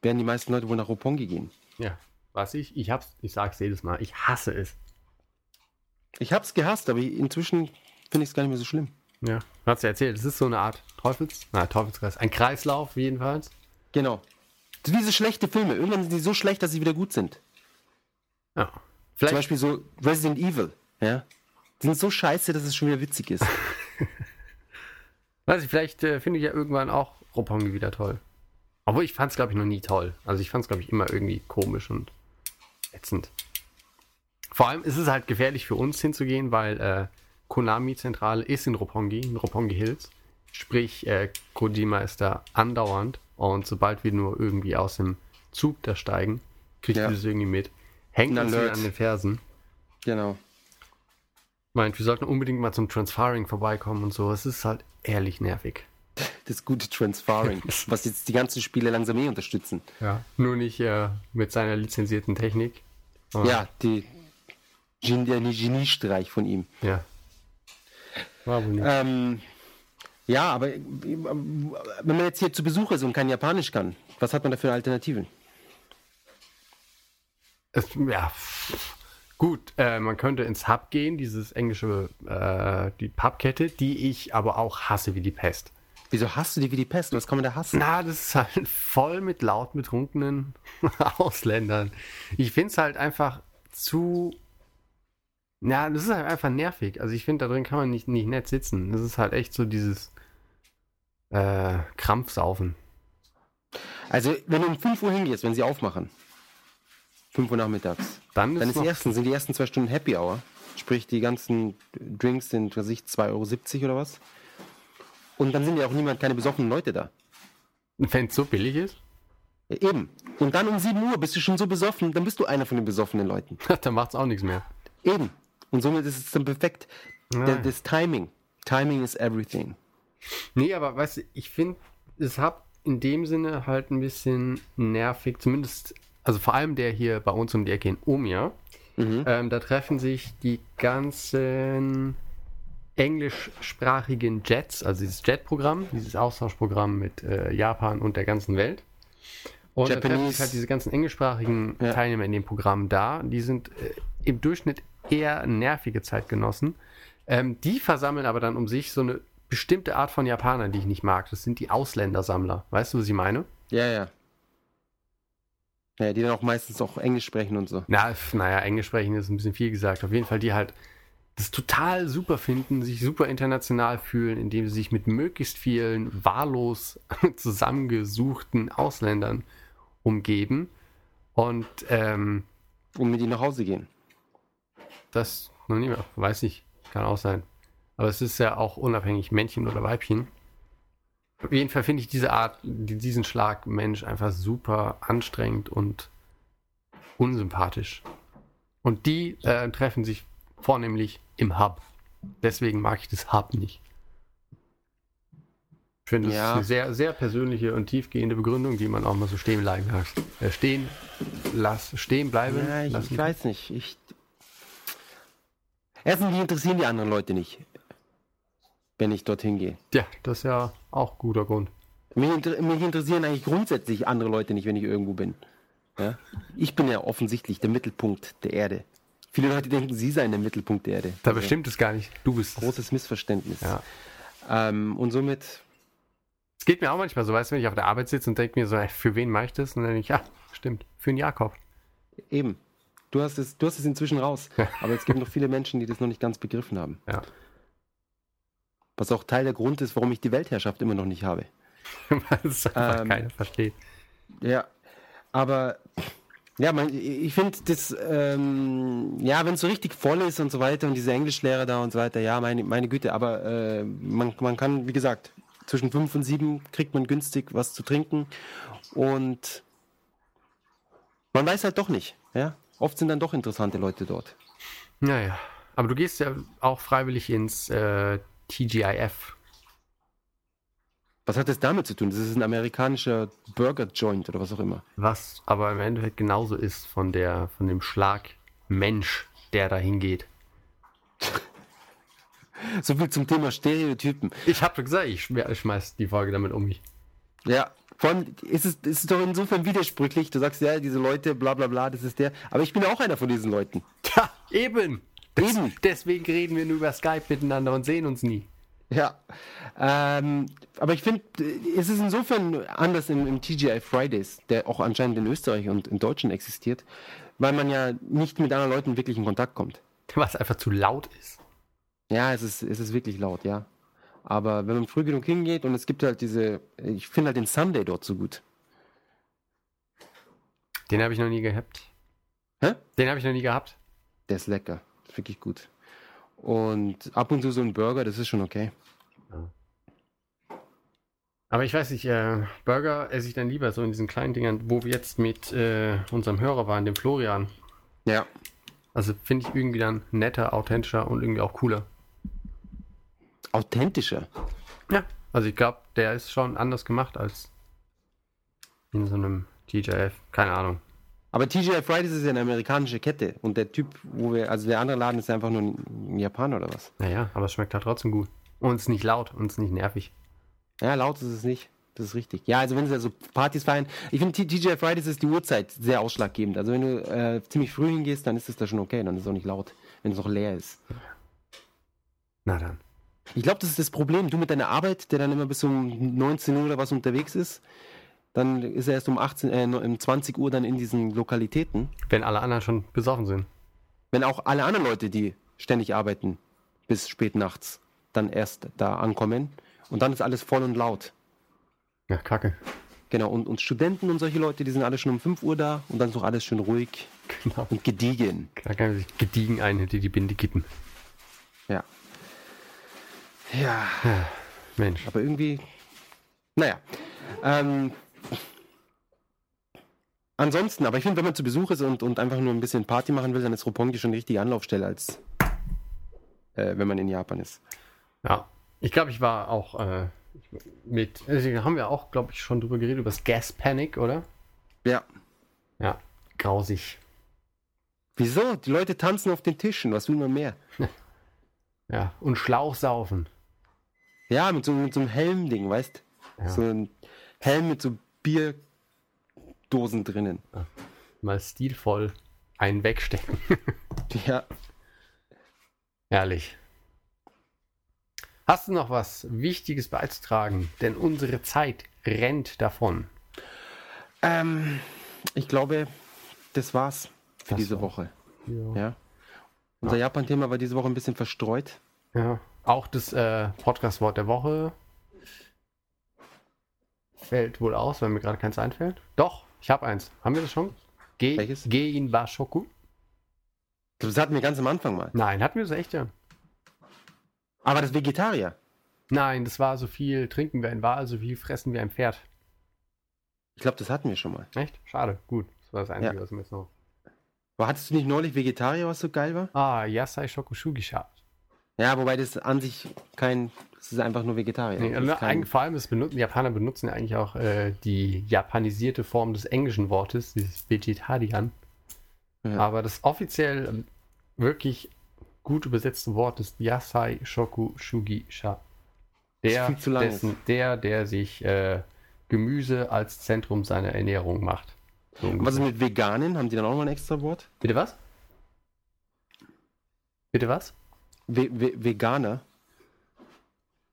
werden die meisten Leute wohl nach Roppongi gehen.
ja. Was ich? Ich hab's, ich sag's jedes Mal. Ich hasse es.
Ich hab's gehasst, aber inzwischen finde ich es gar nicht mehr so schlimm.
Ja. Hast du ja erzählt, es ist so eine Art Teufels. Na, Teufelskreis. Ein Kreislauf jedenfalls.
Genau. Das ist Wie so schlechte Filme. Irgendwann sind die so schlecht, dass sie wieder gut sind.
Ja.
Zum
Vielleicht
Beispiel so Resident Evil, ja. Die sind so scheiße, dass es schon wieder witzig ist.
Weiß ich, vielleicht äh, finde ich ja irgendwann auch Roppongi wieder toll. Obwohl ich fand es, glaube ich, noch nie toll. Also ich fand es, glaube ich, immer irgendwie komisch und ätzend. Vor allem ist es halt gefährlich für uns hinzugehen, weil äh, Konami-Zentrale ist in Roppongi, in Roppongi Hills. Sprich, äh, Kojima ist da andauernd und sobald wir nur irgendwie aus dem Zug da steigen, kriegt
Ja.
ihr das irgendwie mit. Hängt
Ein
uns wieder
Alert.
an den Fersen.
[LAUGHS] genau.
Meint, wir sollten unbedingt mal zum Transferring vorbeikommen und so. Es ist halt ehrlich nervig.
Das gute [LAUGHS] Transferring, was jetzt die ganzen Spiele langsam eh unterstützen.
Ja, nur nicht äh, mit seiner lizenzierten Technik. Aber-
Ja, die, Gen- der Geniestreich von ihm.
Ja. War wohl nicht.
Ähm, ja, aber äh, wenn man jetzt hier zu Besuch ist und kein Japanisch kann, was hat man da für Alternativen?
Es, ja. pff. Gut, äh, man könnte ins Hub gehen, dieses englische, äh, die Pubkette, die ich aber auch hasse wie die Pest.
Wieso hasst du die wie die Pest? Was kann man da hassen?
Na, das ist halt voll mit laut betrunkenen [LAUGHS] Ausländern. Ich finde es halt einfach zu. Ja, das ist halt einfach nervig. Also ich finde, da drin kann man nicht, nicht nett sitzen. Das ist halt echt so dieses äh, Krampfsaufen.
Also, wenn du um 5 Uhr hingehst, wenn sie aufmachen, 5 Uhr nachmittags,
Dann ist,
Dann ist
noch
die ersten, sind die ersten zwei Stunden Happy Hour. Sprich, die ganzen Drinks sind, was weiß ich, 2,70 Euro oder was. Und dann sind ja auch niemand, keine besoffenen Leute da.
Wenn es so billig ist,
Ja, Eben. Und dann um 7 Uhr bist du schon so besoffen, dann bist du einer von den besoffenen Leuten.
[LAUGHS] dann macht es auch nichts mehr.
Eben. Und somit ist es dann perfekt. Der,
Nein.
das Timing. Timing is everything.
Nee, aber weißt du, ich finde, es hat in dem Sinne halt ein bisschen nervig, zumindest, also vor allem der hier bei uns um die Ecke in Omia.
Mhm.
Ähm, da treffen sich die ganzen englischsprachigen Jets, also dieses Jet-Programm, dieses Austauschprogramm mit äh, Japan und der ganzen Welt. Und da treffen sich
Japanese.
halt diese ganzen englischsprachigen
Ja.
Teilnehmer in dem Programm da. Die sind äh, im Durchschnitt eher nervige Zeitgenossen. Ähm, die versammeln aber dann um sich so eine bestimmte Art von Japanern, die ich nicht mag. Das sind die Ausländersammler. Weißt du, was ich meine?
Ja, ja. Ja, die dann auch meistens auch Englisch sprechen und so.
Na, pf, naja, Englisch sprechen ist ein bisschen viel gesagt. Auf jeden Fall, die halt das total super finden, sich super international fühlen, indem sie sich mit möglichst vielen wahllos [LAUGHS] zusammengesuchten Ausländern umgeben. Und ähm,
Und um mit ihnen nach Hause gehen.
das, noch nie mehr, weiß ich, kann auch sein. Aber es ist ja auch unabhängig, Männchen oder Weibchen. Auf jeden Fall finde ich diese Art, die- diesen Schlag Mensch einfach super anstrengend und unsympathisch. Und die äh, treffen sich vornehmlich im Hub. Deswegen mag ich das Hub nicht. Ich finde, das
Ja.
ist eine sehr, sehr persönliche und tiefgehende Begründung, die man auch mal so stehen bleiben kann. Äh, stehen, lass, stehen bleiben.
Ja, ich,
lassen.
ich weiß nicht. Ich. Erstens, die interessieren die anderen Leute nicht, wenn ich dorthin gehe.
Ja, das ist ja auch guter Grund.
Mich, inter mich interessieren eigentlich grundsätzlich andere Leute nicht, wenn ich irgendwo bin. Ja? Ich bin ja offensichtlich der Mittelpunkt der Erde. Viele Leute denken, sie seien der Mittelpunkt der Erde. Also,
Dabei stimmt es gar nicht. Du bist es.
Großes Missverständnis.
Ja.
Ähm, und somit,
Es geht mir auch manchmal so, weißt du, wenn ich auf der Arbeit sitze und denke mir so, ey, für wen mache ich das? Und dann denke ich, ja, stimmt, für den Jakob.
eben. Du hast es, du hast es inzwischen raus. Aber es gibt noch viele Menschen, die das noch nicht ganz begriffen haben.
Ja.
Was auch Teil der Grund ist, warum ich die Weltherrschaft immer noch nicht habe.
[LAUGHS] Weil es einfach
Ähm.
keiner versteht.
Ja, aber ja, man, ich finde das, ähm, ja, wenn es so richtig voll ist und so weiter und diese Englischlehrer da und so weiter, ja, meine, meine Güte, aber äh, man, man kann, wie gesagt, zwischen fünf und sieben kriegt man günstig was zu trinken und man weiß halt doch nicht, ja. Oft sind dann doch interessante Leute dort.
Naja, aber du gehst ja auch freiwillig ins äh, TGIF.
Was hat das damit zu tun? Das ist ein amerikanischer Burger-Joint oder was auch immer.
Was aber im Endeffekt genauso ist von, der, von dem Schlag Mensch, der da hingeht.
So viel zum Thema Stereotypen.
Ich habe gesagt, ich schme- schmeiß die Folge damit um mich.
Ja, vor allem ist es, ist es doch insofern widersprüchlich. Du sagst ja, diese Leute, bla bla bla, das ist der. Aber ich bin ja auch einer von diesen Leuten.
Tja, eben. Des,
Eben.
Deswegen reden wir nur über Skype miteinander und sehen uns nie.
Ja. Ähm, aber ich finde, es ist insofern anders im, im TGI Fridays, der auch anscheinend in Österreich und in Deutschland existiert, weil man ja nicht mit anderen Leuten wirklich in Kontakt kommt.
[LAUGHS] Was einfach zu laut ist.
Ja, es ist, es ist wirklich laut, ja. Aber wenn man früh genug hingeht und es gibt halt diese, ich finde halt den Sunday dort so gut.
Den habe ich noch nie gehabt.
Hä?
Den habe ich noch nie gehabt.
Der ist lecker. Ist wirklich gut. Und ab und zu so ein Burger, das ist schon okay.
Aber ich weiß nicht, äh, Burger esse ich dann lieber so in diesen kleinen Dingern, wo wir jetzt mit äh, unserem Hörer waren, dem Florian.
Ja.
Also finde ich irgendwie dann netter, authentischer und irgendwie auch cooler.
Authentischer.
Ja. Also ich glaube, der ist schon anders gemacht als in so einem TJF. Keine Ahnung.
Aber TGI Fridays ist ja eine amerikanische Kette und der Typ, wo wir, also der andere Laden ist einfach nur ein Japaner oder was?
Naja, aber es schmeckt halt trotzdem gut. Und es ist nicht laut und es ist nicht nervig.
Ja, laut ist es nicht. Das ist richtig. Ja, also wenn sie also Partys feiern. Ich finde, TGI Fridays ist die Uhrzeit sehr ausschlaggebend. Also wenn du äh, ziemlich früh hingehst, dann ist es da schon okay. Dann ist es auch nicht laut, wenn es auch leer ist.
Na dann.
Ich glaube, das ist das Problem. Du mit deiner Arbeit, der dann immer bis um 19 Uhr oder was unterwegs ist, dann ist er erst um 18, äh, um 20 Uhr dann in diesen Lokalitäten.
Wenn alle anderen schon besoffen sind.
wenn auch alle anderen Leute, die ständig arbeiten, bis spät nachts, dann erst da ankommen. Und dann ist alles voll und laut.
Ja, kacke.
Genau, und, und Studenten und solche Leute, die sind alle schon um 5 Uhr da und dann ist noch alles schön ruhig
[LAUGHS] Genau.
und gediegen.
Da kann man sich gediegen ein hinter die Binde kippen.
Ja. Ja,
Mensch.
aber irgendwie, naja. Ähm, ansonsten, aber ich finde, wenn man zu Besuch ist und, und einfach nur ein bisschen Party machen will, dann ist Roppongi schon die richtige Anlaufstelle, als äh, wenn man in Japan ist.
Ja. Ich glaube, ich war auch äh, mit. Deswegen haben wir auch, glaube ich, schon drüber geredet, über das Gas Panic, oder?
Ja.
Ja. Grausig.
Wieso? Die Leute tanzen auf den Tischen. Was will man mehr?
Ja. Und Schlauchsaufen.
Ja, mit so, mit so einem Helmding, weißt
Ja.
So ein Helm mit so Bierdosen drinnen.
Mal stilvoll einen wegstecken.
Ja.
Ehrlich. Hast du noch was Wichtiges beizutragen? Denn unsere Zeit rennt davon.
Ähm, ich glaube, das war's für
Das
diese
war's.
Woche. Ja. Unser Japan-Thema war diese Woche ein bisschen verstreut.
Ja. Auch das äh, Podcast-Wort der Woche fällt wohl aus, weil mir gerade keins einfällt. Doch, ich habe eins. Haben wir das schon? Ge
Welches?
Gein Bashoku?
Das hatten wir ganz am Anfang mal.
Nein, hatten wir das echt ja.
Aber das Vegetarier.
Nein, das war so viel trinken wir ein Wal, so viel fressen wir ein Pferd.
Ich glaube, das hatten wir schon mal.
Echt? Schade. Gut. Das war das Einzige,
Ja.
was mir jetzt noch.
Aber hattest du nicht neulich Vegetarier, was so geil war?
Ah, Yasai Shokushugisha.
Ja, wobei das an sich kein. Es ist einfach nur Vegetarier.
Nee, ne,
Das
und
ist kein,
eigentlich vor allem, es benutzen, Japaner benutzen ja eigentlich auch äh, die japanisierte Form des englischen Wortes, dieses Vegetarian.
Ja.
Aber das offiziell ähm, wirklich gut übersetzte Wort ist Yasai Shoku Shugi Sha.
Das
Der,
klingt zu lang.
dessen, der, der sich äh, Gemüse als Zentrum seiner Ernährung macht. So
Und was ist
ungefähr.
mit Veganen? Haben die dann auch mal ein extra Wort?
Bitte was? Bitte was?
We We Veganer?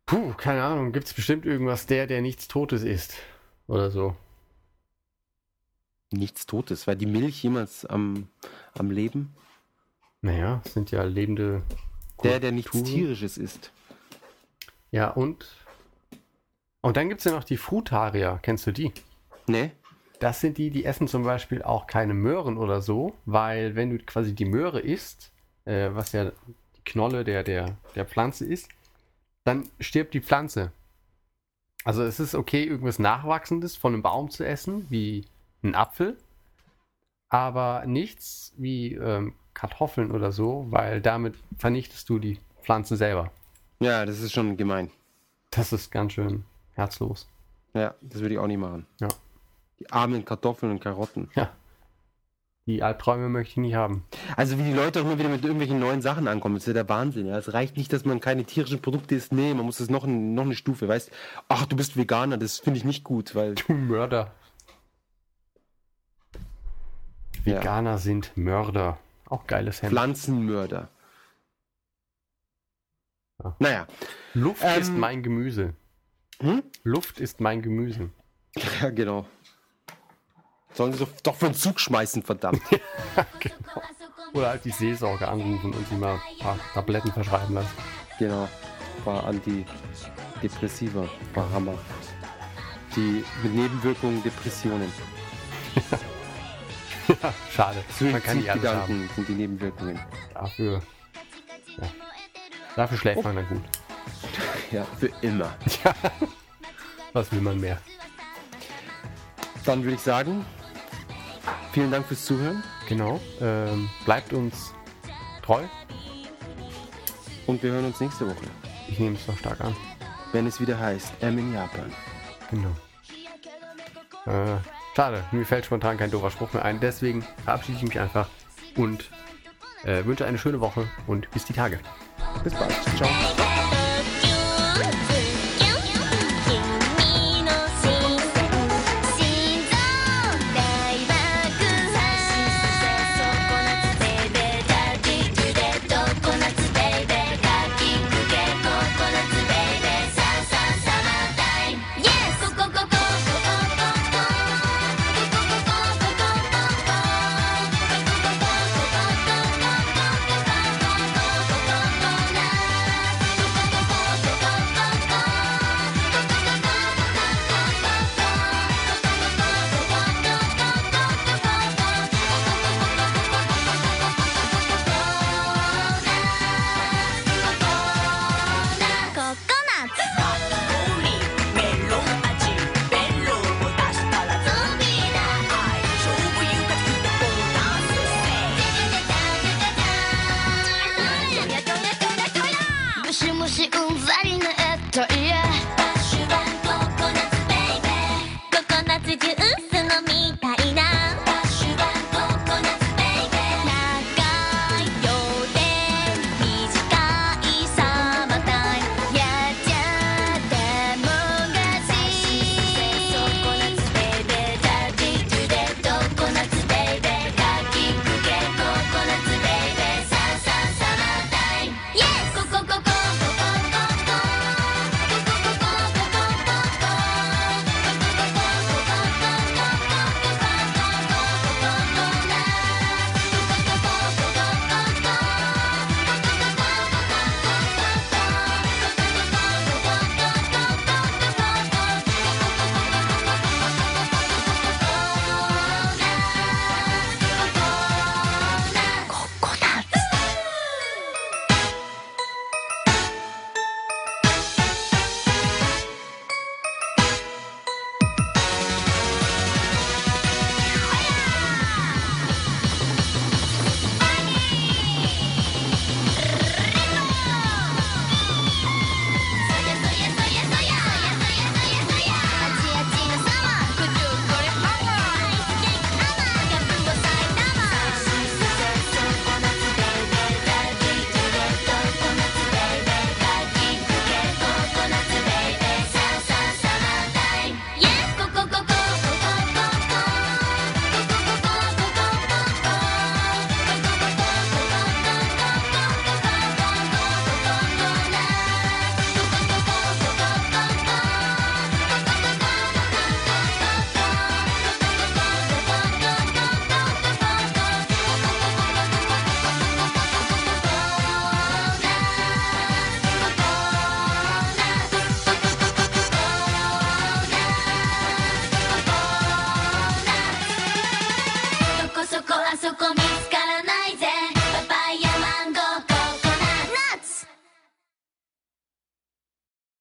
Puh, keine Ahnung. Gibt es bestimmt irgendwas, der, der nichts Totes isst? Oder so.
Nichts Totes. War die Milch jemals am, am Leben?
Naja, es sind ja lebende.
Der, der nichts
Kulturen.
Tierisches isst.
Ja, und. Und dann gibt es ja noch die Frutarier. Kennst du die?
Ne?
Das sind die, die essen zum Beispiel auch keine Möhren oder so, weil wenn du quasi die Möhre isst, äh, was ja die Knolle der, der, der Pflanze ist, dann stirbt die Pflanze. Also es ist okay, irgendwas Nachwachsendes von einem Baum zu essen, wie einen Apfel, aber nichts wie ähm, Kartoffeln oder so, weil damit vernichtest du die Pflanze selber.
Ja, das ist schon gemein.
Das ist ganz schön herzlos.
Ja, das würde ich auch nicht machen.
Ja.
Die armen Kartoffeln und Karotten.
Die Albträume möchte ich nicht haben.
Also wie die Leute auch immer wieder mit irgendwelchen neuen Sachen ankommen, ist ja der Wahnsinn. Ja, es reicht nicht, dass man keine tierischen Produkte isst. Nee, man muss das noch, ein, noch eine Stufe. Weißt, ach, du bist Veganer, das finde ich nicht gut, weil
Du Mörder.
Ja.
Veganer sind Mörder. Auch geiles Hemd.
Pflanzenmörder.
Ja.
Naja.
Luft
Ähm,
ist mein Gemüse.
Hm?
Luft ist mein Gemüse.
Ja, genau. Sollen sie so, doch für den Zug schmeißen,
[LAUGHS]
verdammt.
Oder halt die Seelsorge anrufen und sie mal ein paar Tabletten verschreiben lassen.
genau. War antidepressiva. War Hammer. Die mit Nebenwirkungen Depressionen.
Schade. Man kann die alles haben.
Suizidgedanken sind die Nebenwirkungen.
Dafür, dafür schläft man dann gut.
Ja, für immer.
Was will man mehr?
Dann würde ich sagen, vielen Dank fürs Zuhören
Genau. Ähm, bleibt uns treu.
und wir hören uns nächste Woche,
Ich nehme es noch stark an.
wenn es wieder heißt M in Japan.
Genau. Äh, schade, mir fällt spontan kein doofer Spruch mehr ein. Deswegen verabschiede ich mich einfach und äh, wünsche eine schöne Woche und bis die Tage.
Bis bald. Ciao.